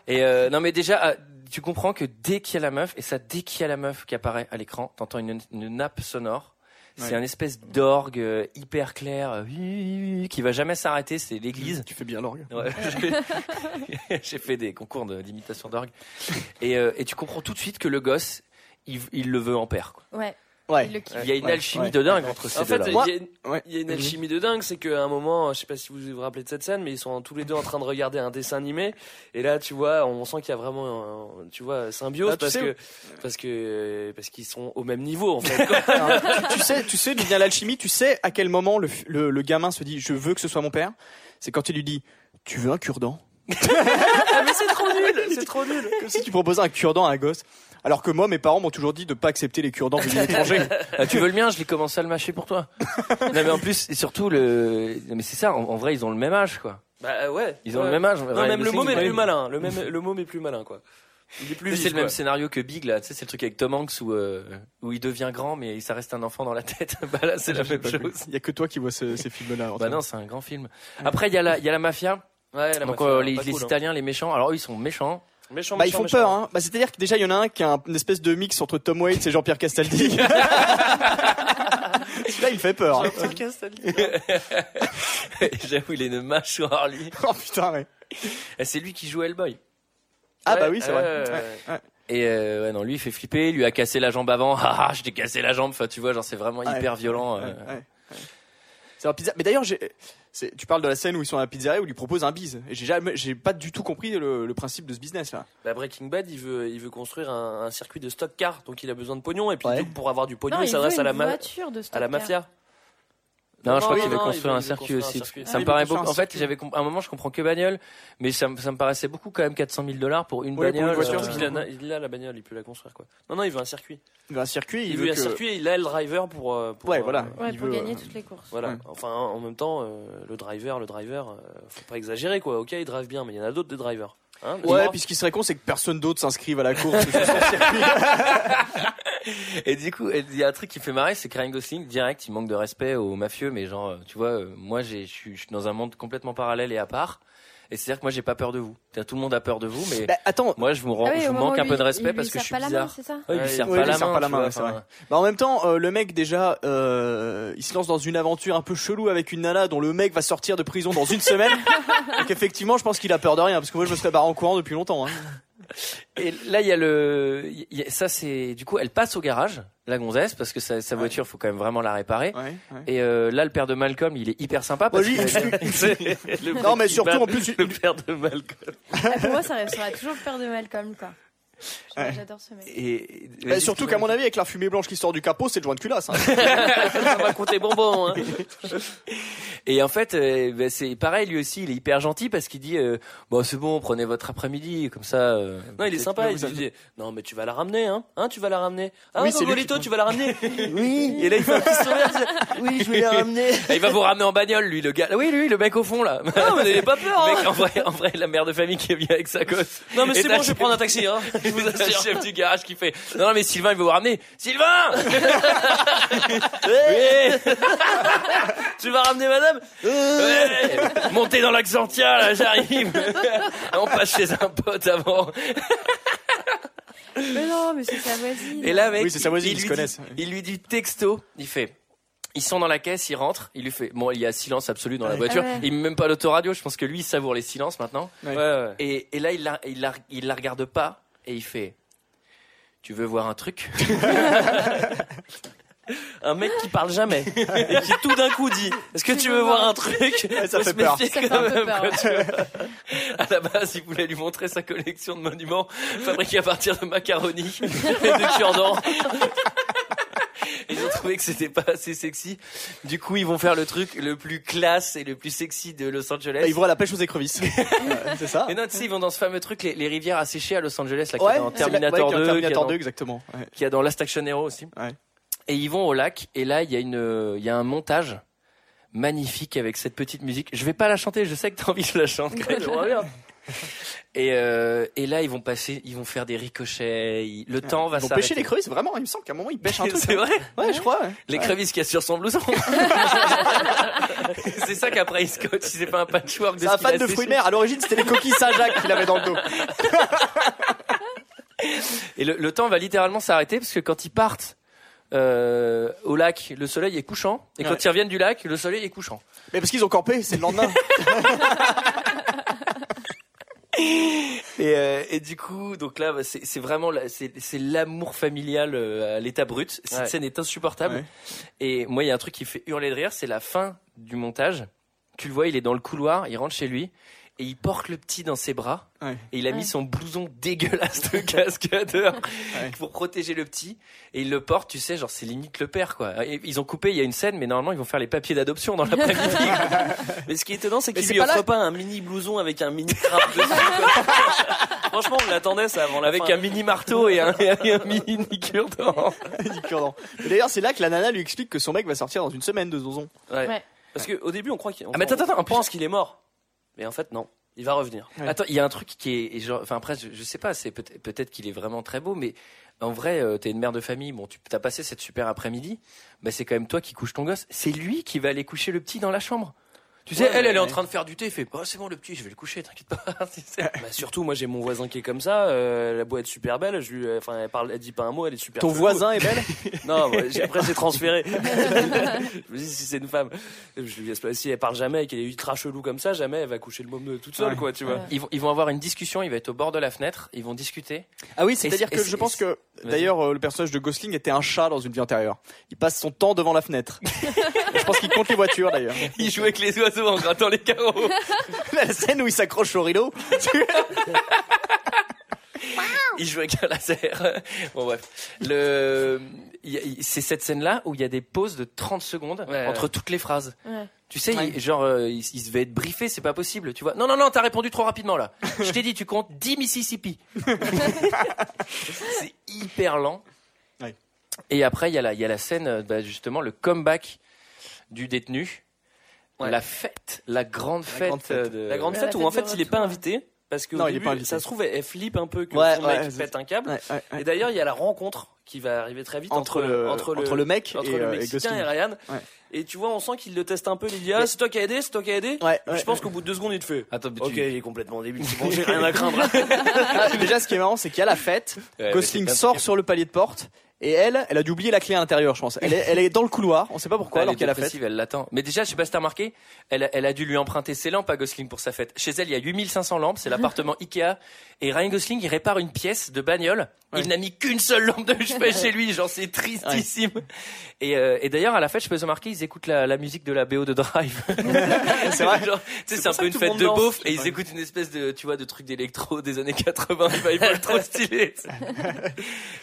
[SPEAKER 1] et euh, non, mais déjà, ah, tu comprends que dès qu'il y a la meuf, et ça, dès qu'il y a la meuf qui apparaît à l'écran, t'entends une, une nappe sonore. C'est
[SPEAKER 5] Ouais.
[SPEAKER 1] un espèce d'orgue euh, hyper clair euh, qui va jamais s'arrêter. C'est l'église.
[SPEAKER 5] Tu fais bien l'orgue.
[SPEAKER 1] Ouais, j'ai- J'ai fait des concours de- d'imitation d'orgue. Et, euh, et tu comprends tout de suite que le gosse, il, il le veut en père. quoi.
[SPEAKER 6] euh, Ouais,
[SPEAKER 5] Ouais.
[SPEAKER 6] il le kiffe.
[SPEAKER 1] Il y a une
[SPEAKER 5] Ouais,
[SPEAKER 1] alchimie
[SPEAKER 5] ouais.
[SPEAKER 1] de dingue entre ces
[SPEAKER 7] En fait,
[SPEAKER 1] deux-là.
[SPEAKER 7] il y,
[SPEAKER 5] Moi-
[SPEAKER 7] a une-
[SPEAKER 5] Ouais. Mhm.
[SPEAKER 7] il y a une alchimie de dingue, c'est qu'à un moment, je sais pas si vous vous rappelez de cette scène, mais ils sont tous les deux en train de regarder un dessin animé, et là, tu vois, on sent qu'il y a vraiment, un, tu vois, symbiose,
[SPEAKER 5] Ah, tu
[SPEAKER 7] parce,
[SPEAKER 5] sais-
[SPEAKER 7] que, parce que, parce qu'ils sont au même niveau, en fait. quoi.
[SPEAKER 5] Alors, tu, tu sais, tu sais d'où vient l'alchimie, tu sais à quel moment le, f- le, le gamin se dit je veux que ce soit mon père. C'est quand il lui dit tu veux un cure-dent
[SPEAKER 7] Ah, mais c'est trop nul, c'est trop nul.
[SPEAKER 5] Comme si tu proposais un cure-dent à un gosse. Alors que moi, mes parents m'ont toujours dit de pas accepter les cure-dents venus de l'étranger.
[SPEAKER 1] Ah, tu veux le mien Je l'ai commencé à le mâcher pour toi. non mais en plus et surtout le. non, Mais c'est ça. En, en vrai, ils ont le même âge quoi.
[SPEAKER 7] Bah euh, ouais.
[SPEAKER 1] Ils ont
[SPEAKER 7] Ouais.
[SPEAKER 1] le même âge.
[SPEAKER 7] Non,
[SPEAKER 1] Ryan
[SPEAKER 7] même le
[SPEAKER 1] Gosling,
[SPEAKER 7] môme est
[SPEAKER 1] ouais.
[SPEAKER 7] plus malin. Le, même, le môme est plus malin, quoi. Il est plus
[SPEAKER 1] Mais
[SPEAKER 7] vif,
[SPEAKER 1] C'est le
[SPEAKER 7] quoi.
[SPEAKER 1] même scénario que Big là, tu sais, c'est le truc avec Tom Hanks où, euh, où il devient grand mais ça reste un enfant dans la tête. bah là, c'est la même
[SPEAKER 5] Pas plus.
[SPEAKER 1] chose.
[SPEAKER 5] Il y a que toi qui vois ce- ces films-là.
[SPEAKER 1] Bah
[SPEAKER 5] Antoine.
[SPEAKER 1] non, c'est un grand film. Après, il y a la, il y a la mafia.
[SPEAKER 7] Ouais, la
[SPEAKER 1] Donc
[SPEAKER 7] mafia,
[SPEAKER 1] euh, les,
[SPEAKER 7] pas
[SPEAKER 1] les
[SPEAKER 7] cool, hein.
[SPEAKER 1] Italiens, les méchants. Alors eux, ils sont méchants.
[SPEAKER 7] Méchant,
[SPEAKER 5] Bah, ils
[SPEAKER 7] méchant,
[SPEAKER 5] font
[SPEAKER 7] méchant.
[SPEAKER 5] peur, hein. Bah, c'est-à-dire que déjà, il y en a un qui a un- une espèce de mix entre Tom Waits et Jean-Pierre Castaldi. Celui-là, il fait peur. hein.
[SPEAKER 1] J'avoue, il est une mâchoire lui.
[SPEAKER 5] Oh putain, ouais.
[SPEAKER 1] Et C'est lui qui joue Hellboy.
[SPEAKER 5] Ah,
[SPEAKER 7] Ouais,
[SPEAKER 5] bah oui, c'est
[SPEAKER 7] euh,
[SPEAKER 5] vrai. Ouais.
[SPEAKER 1] Et euh, ouais, non, lui, il fait flipper. Il lui a cassé la jambe avant. Ah, ah, je t'ai cassé la jambe. Enfin, tu vois, genre, c'est vraiment
[SPEAKER 5] Ouais.
[SPEAKER 1] hyper violent.
[SPEAKER 5] Ouais,
[SPEAKER 1] euh.
[SPEAKER 5] ouais, ouais. C'est la pizza. Mais d'ailleurs, j'ai- c'est- tu parles de la scène où ils sont à la pizzeria où ils lui proposent un bise. Et j'ai jamais, j'ai pas du tout compris le, le principe de ce business là.
[SPEAKER 7] Bah, Breaking Bad, il veut, il veut construire un, un circuit de stock car, donc il a besoin de pognon. Et puis
[SPEAKER 5] Ouais.
[SPEAKER 7] du coup, pour avoir du pognon,
[SPEAKER 6] Non,
[SPEAKER 7] il
[SPEAKER 6] il veut
[SPEAKER 7] s'adresse à
[SPEAKER 6] une
[SPEAKER 7] la ma-
[SPEAKER 6] voiture de
[SPEAKER 7] à la
[SPEAKER 6] stock-car.
[SPEAKER 7] mafia.
[SPEAKER 1] Non,
[SPEAKER 7] Non,
[SPEAKER 1] je crois
[SPEAKER 7] non,
[SPEAKER 1] qu'il veut
[SPEAKER 7] non,
[SPEAKER 1] construire
[SPEAKER 7] il
[SPEAKER 1] un
[SPEAKER 7] veut- il veut
[SPEAKER 1] circuit
[SPEAKER 7] construire un
[SPEAKER 1] aussi.
[SPEAKER 7] circuit.
[SPEAKER 1] Ça
[SPEAKER 5] Ah,
[SPEAKER 1] me
[SPEAKER 5] il
[SPEAKER 1] paraît
[SPEAKER 5] veut construire
[SPEAKER 1] beaucoup.
[SPEAKER 5] un
[SPEAKER 1] En fait,
[SPEAKER 5] circuit.
[SPEAKER 1] j'avais comp- à un moment, je comprends que bagnole, mais ça, me- ça me paraissait beaucoup quand même 400 000 dollars pour une
[SPEAKER 5] Oui, pour une
[SPEAKER 1] bagnole.
[SPEAKER 5] voiture,
[SPEAKER 1] euh,
[SPEAKER 5] c'est
[SPEAKER 7] Surtout qu'il a, il a la bagnole, il peut la construire quoi. Non, non, il veut un circuit.
[SPEAKER 5] Il veut un circuit.
[SPEAKER 7] Il, veut un
[SPEAKER 5] que-
[SPEAKER 7] circuit et il a le driver pour. euh, pour,
[SPEAKER 5] Ouais,
[SPEAKER 7] euh,
[SPEAKER 5] voilà.
[SPEAKER 6] Ouais,
[SPEAKER 5] Il
[SPEAKER 6] pour
[SPEAKER 5] veut,
[SPEAKER 6] gagner
[SPEAKER 5] euh,
[SPEAKER 6] toutes les courses.
[SPEAKER 7] Voilà.
[SPEAKER 5] Ouais.
[SPEAKER 7] Enfin, en même temps, euh, le driver, le driver, euh, faut pas exagérer quoi. Ok, il drive bien, mais il y en a d'autres des drivers. Hein, n'est-ce
[SPEAKER 5] Ouais,
[SPEAKER 7] pas
[SPEAKER 5] puis ce qui serait con, c'est que personne d'autre s'inscrive à la course. juste au circuit.
[SPEAKER 1] Et du coup, il y a un truc qui me fait marrer, c'est que Ryan Gosling, direct, il manque de respect aux mafieux, mais genre, euh, tu vois, euh, moi, j'ai- je suis je suis dans un monde complètement parallèle et à part. Et c'est-à-dire que moi, j'ai pas peur de vous. C'est-à-dire, Tout le monde a peur de vous, mais
[SPEAKER 5] Bah, attends.
[SPEAKER 1] moi, je vous, rends-
[SPEAKER 6] Ah oui,
[SPEAKER 1] je
[SPEAKER 6] au
[SPEAKER 1] vous
[SPEAKER 6] moment
[SPEAKER 1] manque
[SPEAKER 6] où
[SPEAKER 1] un peu
[SPEAKER 6] lui-
[SPEAKER 1] de respect
[SPEAKER 6] il lui
[SPEAKER 1] parce que je
[SPEAKER 6] serre
[SPEAKER 1] suis
[SPEAKER 6] pas la main,
[SPEAKER 1] bizarre.
[SPEAKER 6] c'est ça
[SPEAKER 1] Ouais, il lui
[SPEAKER 7] Ouais,
[SPEAKER 1] serre
[SPEAKER 5] oui,
[SPEAKER 1] pas
[SPEAKER 5] il lui
[SPEAKER 1] la
[SPEAKER 5] serre
[SPEAKER 1] main.
[SPEAKER 5] pas la
[SPEAKER 1] tu
[SPEAKER 5] main,
[SPEAKER 1] vois,
[SPEAKER 5] ouais, c'est
[SPEAKER 1] enfin,
[SPEAKER 5] vrai. Bah, en même temps, euh, le mec déjà, euh, il se lance dans une aventure un peu chelou avec une nana dont le mec va sortir de prison dans une semaine. Donc effectivement, je pense qu'il a peur de rien parce que moi je me serais barré en courant depuis longtemps. hein.
[SPEAKER 1] Et là, il y a le, il y a- ça c'est, du coup, elle passe au garage, la gonzesse, parce que sa, sa
[SPEAKER 5] Ouais.
[SPEAKER 1] voiture, faut quand même vraiment la réparer.
[SPEAKER 5] Ouais, ouais.
[SPEAKER 1] Et euh, là, le père de Malcolm, il est hyper sympa. Parce
[SPEAKER 5] Ouais, lui,
[SPEAKER 1] que- Le
[SPEAKER 5] Non, mais
[SPEAKER 1] mec qui
[SPEAKER 5] surtout,
[SPEAKER 1] bat
[SPEAKER 5] en plus,
[SPEAKER 1] le père de Malcolm.
[SPEAKER 6] Ah, Pour moi, ça restera toujours peur de Malcolm, quoi.
[SPEAKER 5] Ouais.
[SPEAKER 6] J'adore ce mec.
[SPEAKER 1] Et,
[SPEAKER 5] Bah, surtout qu'à mon avis, avec la fumée blanche qui sort du capot, c'est le joint de culasse. hein.
[SPEAKER 7] Ça va compter bonbons. Hein.
[SPEAKER 1] Et en fait, euh, bah, c'est pareil, lui aussi, il est hyper gentil parce qu'il dit, euh, bon, c'est bon, prenez votre après-midi, comme ça. euh,
[SPEAKER 7] Non, il est sympa. Il
[SPEAKER 5] Vous
[SPEAKER 7] lui dit non, mais tu vas la ramener, hein Hein, tu vas la ramener. Ah,
[SPEAKER 5] Oui,
[SPEAKER 7] oui,
[SPEAKER 5] c'est lui qui-
[SPEAKER 7] tu vas la ramener.
[SPEAKER 5] Oui.
[SPEAKER 7] Et là, il fait un petit sourire. il dit,
[SPEAKER 5] Oui, je vais les ramener.
[SPEAKER 1] Et il va vous ramener en bagnole, lui, le gars. Oui, lui, le mec au fond, là.
[SPEAKER 7] Ah, mais n'ayez pas peur. hein.
[SPEAKER 1] Mec, en vrai, en vrai, la mère de famille qui est venue avec sa gosse.
[SPEAKER 7] Non, mais
[SPEAKER 1] Et
[SPEAKER 7] c'est
[SPEAKER 1] t'as
[SPEAKER 7] bon, je vais
[SPEAKER 1] le-
[SPEAKER 7] prendre un taxi. Hein. Je vous
[SPEAKER 1] C'est le
[SPEAKER 7] assure.
[SPEAKER 1] chef du garage qui fait Non, non, mais Sylvain, il veut vous ramener. Sylvain
[SPEAKER 7] Tu vas ramener madame
[SPEAKER 1] Ouais. Montez dans l'Accentia, là, j'arrive. On passe chez un pote avant.
[SPEAKER 6] Mais non, mais c'est sa voisine.
[SPEAKER 1] Et là, mec,
[SPEAKER 5] Oui, c'est sa voisine,
[SPEAKER 1] il
[SPEAKER 5] ils
[SPEAKER 1] lui
[SPEAKER 5] se
[SPEAKER 1] dit-
[SPEAKER 5] connaissent.
[SPEAKER 1] Il lui dit texto, il fait. Ils sont dans la caisse, ils rentrent, il lui fait. Bon, il y a silence absolu dans la
[SPEAKER 5] Ouais.
[SPEAKER 1] voiture.
[SPEAKER 6] Ah ouais.
[SPEAKER 1] Il met même pas l'autoradio, je pense que lui, il savoure les silences maintenant.
[SPEAKER 5] Ouais.
[SPEAKER 7] ouais.
[SPEAKER 1] Et, et là, il la, il, la, il la regarde pas et il fait. Tu veux voir un truc
[SPEAKER 7] Un mec qui parle jamais et qui tout d'un coup dit Est-ce que tu veux voir un truc
[SPEAKER 5] Ouais, ça
[SPEAKER 7] Faut
[SPEAKER 5] fait
[SPEAKER 7] se
[SPEAKER 5] peur.
[SPEAKER 7] méfier
[SPEAKER 6] Ça fait
[SPEAKER 7] quand
[SPEAKER 6] un peu
[SPEAKER 7] même,
[SPEAKER 6] peur,
[SPEAKER 7] quoi,
[SPEAKER 6] ouais.
[SPEAKER 7] tu vois.
[SPEAKER 1] À la base, il voulait lui montrer sa collection de monuments fabriqués à partir de macaroni et de cure-dents. Ils ont trouvé que c'était pas assez sexy. Du coup, ils vont faire le truc le plus classe et le plus sexy de Los Angeles.
[SPEAKER 5] Ah, Ils vont à Bah, la pêche aux écrevisses. Euh, c'est ça
[SPEAKER 1] Mais non, tu sais, ils vont dans ce fameux truc, les, les rivières asséchées à Los Angeles, là, qu'il y a dans
[SPEAKER 5] c'est la-
[SPEAKER 1] Terminator
[SPEAKER 5] ouais, qu'il y
[SPEAKER 1] 2,
[SPEAKER 5] a dans
[SPEAKER 1] qu'il y a dans-
[SPEAKER 5] Terminator 2, exactement. Ouais.
[SPEAKER 1] qu'il y a dans Last Action Hero aussi.
[SPEAKER 5] Ouais.
[SPEAKER 1] Et ils vont au lac, et là, il y a une, euh, il y a un montage magnifique avec cette petite musique. Je vais pas la chanter, je sais que t'as envie que je la chante, Greg. et, euh, et là, ils vont passer, ils vont faire des ricochets, ils- le temps va
[SPEAKER 5] Ils vont pêcher
[SPEAKER 1] s'arrêter.
[SPEAKER 5] les crevisses, vraiment, il me semble qu'à un moment ils pêchent un truc. hein.
[SPEAKER 1] C'est vrai?
[SPEAKER 5] Ouais, je crois. ouais.
[SPEAKER 1] Les crevisses qu'il y a sur son blouson. c'est ça qu'après il scotche, si c'est pas un patchwork de
[SPEAKER 5] C'est
[SPEAKER 1] ce
[SPEAKER 5] un
[SPEAKER 1] qu'il
[SPEAKER 5] fan
[SPEAKER 1] a
[SPEAKER 5] de
[SPEAKER 1] séché.
[SPEAKER 5] fruits de mer. À l'origine, c'était les coquilles Saint-Jacques qu'il avait dans le dos.
[SPEAKER 1] Et le, le temps va littéralement s'arrêter parce que quand ils partent euh, au lac, le soleil est couchant. Et quand
[SPEAKER 5] Ouais.
[SPEAKER 1] ils reviennent du lac, le soleil est couchant.
[SPEAKER 5] Mais parce qu'ils ont campé, c'est le lendemain.
[SPEAKER 1] Et, euh, et du coup, donc là, bah, c'est c'est vraiment la- c'est c'est l'amour familial euh, à l'état brut. Cette
[SPEAKER 7] Ouais.
[SPEAKER 1] scène est insupportable.
[SPEAKER 5] Ouais.
[SPEAKER 1] Et moi, il y a un truc qui me fait hurler de rire, c'est la fin du montage. Tu le vois, il est dans le couloir, il rentre chez lui et il porte le petit dans ses bras.
[SPEAKER 5] Ouais.
[SPEAKER 1] Et il a
[SPEAKER 6] Ouais.
[SPEAKER 1] mis son blouson dégueulasse de cascadeur
[SPEAKER 5] Ouais.
[SPEAKER 1] pour protéger le petit. Et il le porte, tu sais, genre c'est limite le père quoi. Et ils ont coupé, il y a une scène, mais normalement ils vont faire les papiers d'adoption dans l'après-midi.
[SPEAKER 7] Mais ce qui est étonnant, c'est
[SPEAKER 5] Mais
[SPEAKER 7] qu'il
[SPEAKER 5] c'est
[SPEAKER 7] lui
[SPEAKER 5] pas
[SPEAKER 7] offre
[SPEAKER 5] là-
[SPEAKER 7] pas un mini blouson avec un mini crabe dessus. quoi. Franchement, on l'attendait ça avant la
[SPEAKER 1] avec
[SPEAKER 7] fin.
[SPEAKER 1] un mini marteau et un, et un mini cure-dent.
[SPEAKER 5] Du cure-dent. Et D'ailleurs, c'est là que la nana lui explique que son mec va sortir dans une semaine de zonzon.
[SPEAKER 7] Ouais.
[SPEAKER 6] Ouais.
[SPEAKER 7] Parce qu'au début, on croit qu'il.
[SPEAKER 1] Ah, mais attends, attends, attends,
[SPEAKER 7] on pense qu'il est mort. Mais en fait, non. Il va revenir.
[SPEAKER 5] Ouais.
[SPEAKER 1] Attends, il y a un truc qui est, et genre- enfin après, je, je sais pas, c'est peut-être peut-être qu'il est vraiment très beau, mais en vrai, euh, t'es une mère de famille, bon, tu as passé cette super après-midi, bah c'est quand même toi qui couches ton gosse, c'est lui qui va aller coucher le petit dans la chambre. Tu sais,
[SPEAKER 7] Ouais,
[SPEAKER 1] elle, elle est en
[SPEAKER 7] ouais.
[SPEAKER 1] train de faire du thé, il fait, oh, c'est bon le petit, je vais le coucher, t'inquiète pas. Tu sais.
[SPEAKER 7] Bah, surtout, moi, j'ai mon voisin qui est comme ça. euh, la boîte est super belle. Je lui, euh, enfin, elle parle, elle dit pas un mot. Elle est super.
[SPEAKER 5] Ton
[SPEAKER 7] chelou.
[SPEAKER 5] voisin est belle
[SPEAKER 7] Non, moi, j'ai- après j'ai transféré. je me dis si c'est une femme, je lui laisse pas. Si elle parle jamais et qu'elle est ultra chelou comme ça, jamais elle va coucher le môme toute seule,
[SPEAKER 5] Ouais.
[SPEAKER 7] quoi, tu vois.
[SPEAKER 6] Ouais.
[SPEAKER 1] Ils vont, ils vont avoir une discussion, il va être au bord de la fenêtre, ils vont discuter.
[SPEAKER 5] Ah oui, c'est-à-dire
[SPEAKER 1] Et c'est-
[SPEAKER 5] que
[SPEAKER 1] et
[SPEAKER 5] je
[SPEAKER 1] c'est-
[SPEAKER 5] pense que
[SPEAKER 1] Vas-y.
[SPEAKER 5] d'ailleurs euh, le personnage de Gosling était un chat dans une vie antérieure. Il passe son temps devant la fenêtre. je pense qu'il compte les voitures d'ailleurs.
[SPEAKER 1] Il joue avec les oiseaux en grattant les carreaux.
[SPEAKER 5] La scène où il s'accroche au rideau.
[SPEAKER 1] Il joue avec un laser. Bon bref. Le... il y a- il- C'est cette scène-là où il y a des pauses de 30 secondes
[SPEAKER 7] Ouais,
[SPEAKER 1] entre
[SPEAKER 7] ouais.
[SPEAKER 1] toutes les phrases.
[SPEAKER 6] Ouais.
[SPEAKER 1] Tu sais,
[SPEAKER 5] Ouais.
[SPEAKER 1] il- genre, euh, il, il se devait être briefé, c'est pas possible. Tu vois, non, non, non, t'as répondu trop rapidement là. Je t'ai dit, tu comptes 10 Mississippi. c'est hyper lent.
[SPEAKER 5] Ouais.
[SPEAKER 1] Et après, il y, a la- il y a la scène, euh, bah, justement, le comeback du détenu.
[SPEAKER 7] Ouais.
[SPEAKER 1] La fête, la grande fête.
[SPEAKER 5] grande fête.
[SPEAKER 1] euh, de-
[SPEAKER 7] La grande
[SPEAKER 6] Ouais,
[SPEAKER 7] fête
[SPEAKER 6] la
[SPEAKER 7] où en
[SPEAKER 6] fête
[SPEAKER 7] fait
[SPEAKER 6] de
[SPEAKER 7] il est
[SPEAKER 6] retour,
[SPEAKER 7] pas
[SPEAKER 6] ouais.
[SPEAKER 7] invité parce que au
[SPEAKER 5] Non, il est
[SPEAKER 7] début,
[SPEAKER 5] pas invité.
[SPEAKER 7] ça se trouve elle, elle flippe un peu que
[SPEAKER 5] Ouais,
[SPEAKER 7] son
[SPEAKER 5] ouais,
[SPEAKER 7] mec
[SPEAKER 5] c'est-
[SPEAKER 7] pète un câble.
[SPEAKER 5] Ouais, ouais, ouais.
[SPEAKER 7] Et d'ailleurs il y a la rencontre qui va arriver très vite
[SPEAKER 5] Entre,
[SPEAKER 7] entre
[SPEAKER 5] le,
[SPEAKER 7] entre le
[SPEAKER 5] mec
[SPEAKER 7] entre
[SPEAKER 5] et,
[SPEAKER 7] le
[SPEAKER 5] euh, et
[SPEAKER 7] mexicain et,
[SPEAKER 5] Gosling.
[SPEAKER 7] Ryan.
[SPEAKER 5] Ouais.
[SPEAKER 7] Et tu vois on sent qu'il le teste un peu. Il dit ah c'est toi qui as aidé, c'est toi qui as aidé.
[SPEAKER 5] Ouais,
[SPEAKER 7] Je
[SPEAKER 5] ouais.
[SPEAKER 7] pense qu'au bout de deux secondes il te fait.
[SPEAKER 1] Attends, mais tu-
[SPEAKER 7] Ok, il est complètement débile. c'est Bon, j'ai rien à craindre.
[SPEAKER 5] Ah, déjà, ce qui est marrant, c'est qu'il y a la fête.
[SPEAKER 1] Ouais,
[SPEAKER 5] Gosling
[SPEAKER 1] mais c'est pas-
[SPEAKER 5] sort sur le palier de porte. Et elle, elle a dû oublier la clé à l'intérieur, je pense. Elle est, elle est dans le couloir. On sait pas pourquoi,
[SPEAKER 1] elle
[SPEAKER 5] alors
[SPEAKER 1] est
[SPEAKER 5] qu'elle a la fête.
[SPEAKER 1] dépressive, elle l'attend. Mais déjà, je sais pas si t'as remarqué, elle a, elle a dû lui emprunter ses lampes à Gosling pour sa fête. Chez elle, il y a 8500 lampes, c'est l'appartement Ikea. Et Ryan Gosling, il répare une pièce de bagnole.
[SPEAKER 5] Ouais.
[SPEAKER 1] Il n'a mis qu'une seule lampe de chevet chez lui, genre c'est tristissime. Et, euh, et d'ailleurs, à la fête, je peux remarquer, ils écoutent la, la musique de la BO de Drive.
[SPEAKER 5] C'est vrai.
[SPEAKER 1] Genre, tu sais, c'est
[SPEAKER 7] pour
[SPEAKER 1] un
[SPEAKER 7] ça
[SPEAKER 1] peu une
[SPEAKER 7] que tout le
[SPEAKER 1] fête
[SPEAKER 7] monde
[SPEAKER 1] de
[SPEAKER 7] danse.
[SPEAKER 1] beauf et ils écoutent une espèce de, tu vois, de truc d'électro des années 80, revival trop stylé.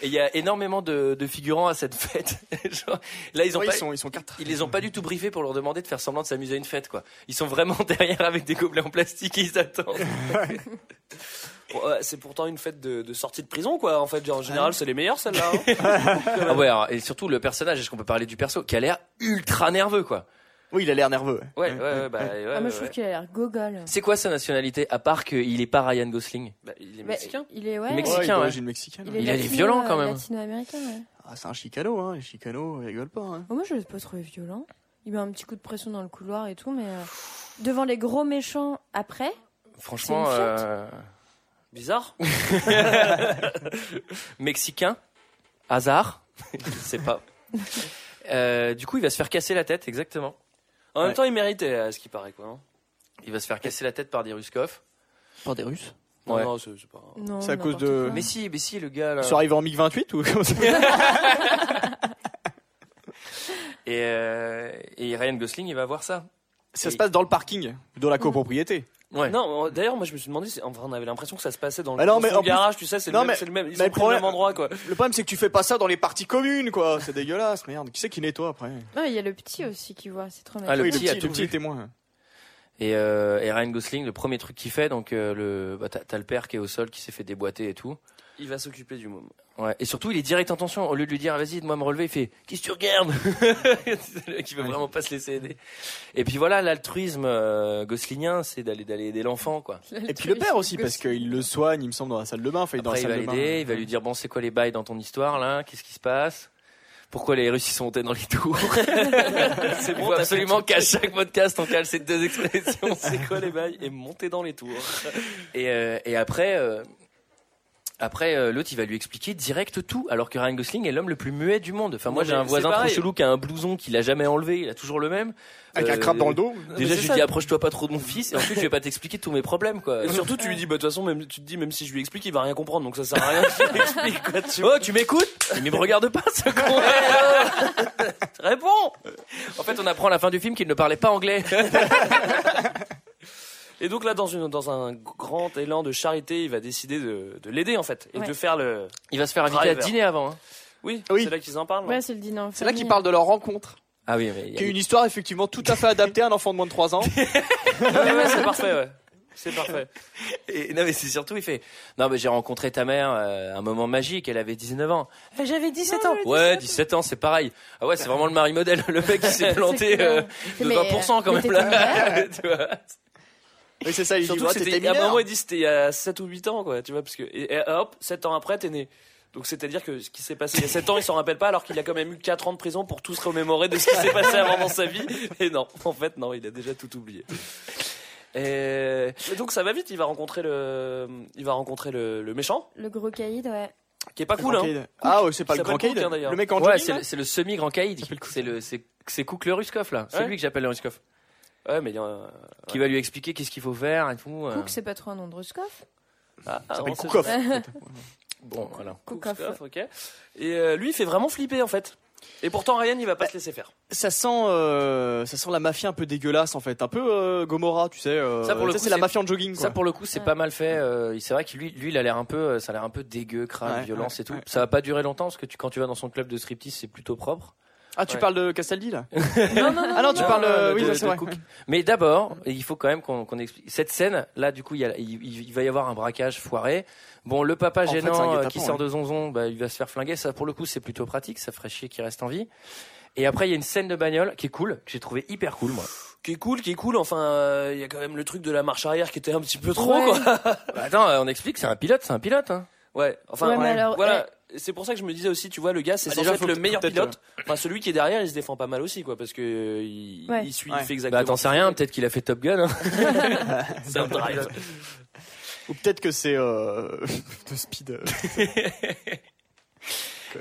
[SPEAKER 1] Et il y a énormément de, de figurants à cette fête. Genre, là, ils ont
[SPEAKER 5] Ouais,
[SPEAKER 1] pas,
[SPEAKER 5] ils sont, ils sont quatre.
[SPEAKER 1] ils les ont pas du tout briefés pour leur demander de faire semblant de s'amuser à une fête, quoi. Ils sont vraiment derrière avec des gobelets en plastique et ils attendent. euh,
[SPEAKER 7] Bon, ouais, c'est pourtant une fête de, de sortie de prison, quoi. En fait, genre, en
[SPEAKER 6] Ah
[SPEAKER 7] général, c'est les meilleures, celles-là. hein.
[SPEAKER 1] Ah ouais, alors, et surtout le personnage, est-ce qu'on peut parler du perso, qui a l'air ultra nerveux, quoi.
[SPEAKER 5] Oui, il a l'air nerveux.
[SPEAKER 7] Ouais, ouais, ouais, bah, ouais,
[SPEAKER 6] Ah,
[SPEAKER 7] ouais,
[SPEAKER 6] moi, je trouve
[SPEAKER 7] ouais.
[SPEAKER 6] qu'il a l'air gogol.
[SPEAKER 1] C'est quoi sa nationalité, à part qu'il est pas Ryan Gosling
[SPEAKER 7] Bah, il est
[SPEAKER 6] Mais
[SPEAKER 7] mexicain.
[SPEAKER 6] Il est, ouais.
[SPEAKER 1] Mexicain.
[SPEAKER 5] Ouais, il est
[SPEAKER 1] ouais.
[SPEAKER 5] d'origine mexicaine.
[SPEAKER 1] Il a
[SPEAKER 6] est euh,
[SPEAKER 1] l'air violent, quand même.
[SPEAKER 6] Latino-américain, ouais.
[SPEAKER 5] Ah, c'est un chicano, hein. Les chicanos, ils rigolent pas, hein.
[SPEAKER 6] Oh, moi, je l'ai pas trouvé violent. Il met un petit coup de pression dans le couloir et tout, mais euh, devant les gros méchants après,
[SPEAKER 1] Franchement,
[SPEAKER 6] C'est une
[SPEAKER 1] euh,
[SPEAKER 7] Bizarre.
[SPEAKER 1] mexicain, hasard, je sais pas. Euh, du coup, il va se faire casser la tête, exactement. euh,
[SPEAKER 7] En
[SPEAKER 5] Ouais.
[SPEAKER 7] même temps, il méritait, à ce qui paraît, quoi. hein.
[SPEAKER 1] Il va se faire casser la tête par des Ruskov.
[SPEAKER 5] Par des russes.
[SPEAKER 7] Non,
[SPEAKER 1] Ouais.
[SPEAKER 7] non, c'est c'est pas.
[SPEAKER 6] non.
[SPEAKER 5] C'est à cause
[SPEAKER 6] n'importe
[SPEAKER 5] de-
[SPEAKER 6] quoi.
[SPEAKER 1] Mais si, mais si, le gars là.
[SPEAKER 5] Ils sont arrivés Euh, en MiG-28 ou comment ça
[SPEAKER 1] Et, euh, et Ryan Gosling, il va voir ça.
[SPEAKER 5] Ça
[SPEAKER 1] Et-
[SPEAKER 5] se passe dans le parking, dans la copropriété.
[SPEAKER 1] Ouais.
[SPEAKER 7] Non, euh, d'ailleurs, moi, je me suis demandé, si- enfin, on avait l'impression que ça se passait dans
[SPEAKER 5] Bah
[SPEAKER 7] le,
[SPEAKER 5] non,
[SPEAKER 7] dans
[SPEAKER 5] mais
[SPEAKER 7] son
[SPEAKER 5] en plus-
[SPEAKER 7] garage, tu sais, c'est le,
[SPEAKER 5] Non,
[SPEAKER 7] même-
[SPEAKER 5] mais-
[SPEAKER 7] c'est le même, ils
[SPEAKER 5] mais
[SPEAKER 7] sont
[SPEAKER 5] le
[SPEAKER 7] pris au même
[SPEAKER 5] problème-
[SPEAKER 7] endroit, quoi.
[SPEAKER 5] Le problème, c'est que tu fais pas ça dans les parties communes, quoi. C'est dégueulasse, merde. Qui c'est qui nettoie après
[SPEAKER 6] Non, il y a le petit aussi qui voit, c'est trop
[SPEAKER 1] Ah, le
[SPEAKER 5] Oui,
[SPEAKER 1] petit a tout
[SPEAKER 5] le petit
[SPEAKER 1] vu.
[SPEAKER 5] témoin.
[SPEAKER 1] Et, euh, et Ryan Gosling, le premier truc qu'il fait, donc euh, le, bah, t'as t'as le père qui est au sol, qui s'est fait déboîter et tout.
[SPEAKER 7] Il va s'occuper du môme.
[SPEAKER 1] Ouais. Et surtout, il est direct en tension. Au lieu de lui dire, vas-y, aide-moi à me relever, il fait, qu'est-ce que tu regardes C'est le mec qui veut vraiment pas se laisser aider. Et puis voilà, l'altruisme euh, goslinien, c'est d'aller d'aller aider l'enfant, quoi.
[SPEAKER 5] Et puis le père aussi, parce qu'il le soigne, il me semble, dans la salle de bain. Enfin, il est dans la
[SPEAKER 1] Après, il
[SPEAKER 5] salle
[SPEAKER 1] va
[SPEAKER 5] de bain.
[SPEAKER 1] l'aider, il va lui dire, bon, c'est quoi les bails dans ton histoire, là Qu'est-ce qui se passe pourquoi les Russes ils sont montés dans les tours C'est
[SPEAKER 7] bon,
[SPEAKER 1] bon,
[SPEAKER 7] t'as fait
[SPEAKER 1] absolument qu'à chaque podcast on cale ces deux expressions.
[SPEAKER 7] C'est quoi les bails Et monter dans les tours.
[SPEAKER 1] Et, euh, et après, euh, après euh, l'autre, il va lui expliquer direct tout, alors que Ryan Gosling est l'homme le plus muet du monde. Enfin, moi,
[SPEAKER 7] Non,
[SPEAKER 1] j'ai
[SPEAKER 7] mais
[SPEAKER 1] un
[SPEAKER 7] c'est
[SPEAKER 1] voisin trop
[SPEAKER 7] pareil.
[SPEAKER 1] chelou qui a un blouson qu'il a jamais enlevé, il a toujours le même.
[SPEAKER 5] Avec
[SPEAKER 1] Euh,
[SPEAKER 5] un crabe dans le dos.
[SPEAKER 1] Déjà,
[SPEAKER 7] mais
[SPEAKER 1] je
[SPEAKER 7] c'est
[SPEAKER 1] lui
[SPEAKER 7] ça.
[SPEAKER 1] dis, approche-toi pas trop de mon fils, et ensuite, je vais pas t'expliquer tous mes problèmes, quoi.
[SPEAKER 7] Et surtout, tu lui dis, bah, de toute façon, même, tu te dis, même si je lui explique, il va rien comprendre, donc ça sert à rien que tu lui expliques, quoi. Tu
[SPEAKER 1] Oh, tu m'écoutes Mais me regarde pas, ce con
[SPEAKER 7] réponds!
[SPEAKER 1] En fait, on apprend à la fin du film qu'il ne parlait pas anglais.
[SPEAKER 7] Et donc là, dans, une, dans un grand élan de charité, il va décider de, de l'aider en fait et
[SPEAKER 6] Ouais.
[SPEAKER 7] de faire le.
[SPEAKER 1] Il va se faire inviter à
[SPEAKER 7] Driver.
[SPEAKER 1] dîner avant. hein.
[SPEAKER 7] Oui,
[SPEAKER 5] Oui.
[SPEAKER 7] c'est là qu'ils en parlent. hein.
[SPEAKER 6] Ouais, c'est le dîner en
[SPEAKER 5] C'est là
[SPEAKER 6] famille.
[SPEAKER 5] qu'ils parlent de leur rencontre.
[SPEAKER 1] Ah oui, mais... il y a-
[SPEAKER 5] Qui est une histoire, effectivement, tout à fait adaptée à un enfant de moins de 3 ans.
[SPEAKER 7] Ouais, ouais, c'est parfait. Ouais. C'est parfait.
[SPEAKER 1] Et, non, mais c'est surtout, il fait... Non, mais j'ai rencontré ta mère euh, un moment magique, elle avait 19 ans.
[SPEAKER 6] J'avais 17
[SPEAKER 1] Ouais, 17 ans, c'est pareil. Ah ouais, c'est vraiment le mari modèle, le mec qui s'est planté
[SPEAKER 6] clair.
[SPEAKER 1] euh, de
[SPEAKER 6] Mais,
[SPEAKER 1] 20% quand
[SPEAKER 6] mais
[SPEAKER 1] même
[SPEAKER 6] t'étais
[SPEAKER 1] là. Tu vois.
[SPEAKER 5] Oui, c'est ça, il dit,
[SPEAKER 7] Surtout
[SPEAKER 5] ouais, hein.
[SPEAKER 7] que
[SPEAKER 5] t'étais
[SPEAKER 7] c'était, à un
[SPEAKER 5] mineur.
[SPEAKER 7] moment, il dit, c'était il y a 7 ou 8 ans, quoi, tu vois, parce que, et, et hop, 7 ans après, t'es né. Donc, c'est-à-dire que ce qui s'est passé il y a 7 ans, il s'en rappelle pas, alors qu'il a quand même eu 4 ans de prison pour tout se remémorer de ce qui s'est passé avant dans sa vie. Et non, en fait, non, il a déjà tout oublié. Et mais donc, ça va vite, il va rencontrer le, il va rencontrer le, le méchant,
[SPEAKER 6] Le gros caïd, ouais.
[SPEAKER 7] qui est pas cool, hein.
[SPEAKER 5] Cool, hein. Ah, ouais, c'est pas
[SPEAKER 7] Il
[SPEAKER 5] le grand
[SPEAKER 7] s'appelle
[SPEAKER 5] Cade.
[SPEAKER 7] Cook, hein, d'ailleurs.
[SPEAKER 5] Le mec en
[SPEAKER 1] Ouais,
[SPEAKER 5] jogging,
[SPEAKER 1] c'est
[SPEAKER 5] là
[SPEAKER 1] le, c'est le semi-grand caïd. C'est le, c'est, c'est Cook le Ruskov, là. C'est
[SPEAKER 7] Ouais.
[SPEAKER 1] lui que j'appelle le Ruskov.
[SPEAKER 7] Ouais, mais il y a un-
[SPEAKER 1] Qui va lui expliquer qu'est-ce qu'il faut faire et tout. euh.
[SPEAKER 6] Cook, c'est pas trop un nom de Ruskov
[SPEAKER 7] ah, ah,
[SPEAKER 5] Ça s'appelle
[SPEAKER 7] on sait-
[SPEAKER 5] Koukoff.
[SPEAKER 1] Bon, voilà.
[SPEAKER 6] Koukoff.
[SPEAKER 7] Koukoff, ok. Et euh, lui, il fait vraiment flipper, en fait. Et pourtant, Ryan, il va pas se laisser faire.
[SPEAKER 5] Ça sent, euh, ça sent la mafia un peu dégueulasse en fait, un peu euh, Gomorrah, tu sais. euh,
[SPEAKER 1] Ça, pour le
[SPEAKER 5] tu sais,
[SPEAKER 1] coup,
[SPEAKER 5] c'est la
[SPEAKER 1] c'est-
[SPEAKER 5] mafia en jogging. Quoi.
[SPEAKER 1] Ça pour le coup c'est
[SPEAKER 6] Ouais.
[SPEAKER 1] pas mal fait. euh, c'est vrai que lui, lui il a l'air un peu, euh, ça a l'air un peu dégueu, crâne,
[SPEAKER 5] Ouais,
[SPEAKER 1] violence
[SPEAKER 5] ouais,
[SPEAKER 1] et tout.
[SPEAKER 5] ouais.
[SPEAKER 1] ça va pas durer longtemps parce que tu, quand tu vas dans son club de striptease c'est plutôt propre.
[SPEAKER 5] Ah, tu
[SPEAKER 7] Ouais.
[SPEAKER 5] parles de Castaldi là
[SPEAKER 6] Non, non, non.
[SPEAKER 5] Ah non, tu
[SPEAKER 1] non,
[SPEAKER 5] parles.
[SPEAKER 1] non,
[SPEAKER 5] euh,
[SPEAKER 1] non,
[SPEAKER 5] oui,
[SPEAKER 1] de-
[SPEAKER 5] non, c'est
[SPEAKER 1] de
[SPEAKER 5] vrai.
[SPEAKER 1] Cook. Mais d'abord il faut quand même qu'on qu'on explique cette scène. Là du coup il, y a- il- il- il va y avoir un braquage foiré. Bon le papa
[SPEAKER 5] En fait,
[SPEAKER 1] gênant
[SPEAKER 5] c'est un
[SPEAKER 1] euh,
[SPEAKER 5] guet-apens,
[SPEAKER 1] qui sort
[SPEAKER 5] hein.
[SPEAKER 1] de zonzon, bah, il va se faire flinguer. Ça pour le coup c'est plutôt pratique, ça ferait chier qu'il reste en vie. Et après il y a une scène de bagnole qui est cool, que j'ai trouvé hyper cool moi.
[SPEAKER 7] Qui est cool, qui est cool. Enfin, euh, il y a quand même le truc de la marche arrière qui était un petit peu trop,
[SPEAKER 6] Ouais.
[SPEAKER 7] quoi.
[SPEAKER 1] Bah, attends euh, on explique c'est un pilote, c'est un pilote. Hein.
[SPEAKER 7] Ouais, enfin,
[SPEAKER 6] Ah Ouais, mais
[SPEAKER 7] ouais.
[SPEAKER 6] alors,
[SPEAKER 7] voilà. C'est pour ça que je me disais aussi, tu vois, le gars, c'est
[SPEAKER 5] Bah,
[SPEAKER 7] censé
[SPEAKER 5] déjà,
[SPEAKER 7] être
[SPEAKER 5] faut
[SPEAKER 7] le
[SPEAKER 5] peut-
[SPEAKER 7] meilleur
[SPEAKER 5] peut-être, euh,
[SPEAKER 7] pilote. Enfin, celui qui est derrière, il se défend pas mal aussi, quoi, parce que euh, il,
[SPEAKER 6] Ouais.
[SPEAKER 7] il suit,
[SPEAKER 5] Ouais.
[SPEAKER 7] il fait
[SPEAKER 1] Bah
[SPEAKER 7] exactement.
[SPEAKER 1] t'en sais rien, peut-être qu'il a fait Top Gun. hein.
[SPEAKER 7] c'est un drive.
[SPEAKER 5] Ou peut-être que c'est euh, de speed. euh.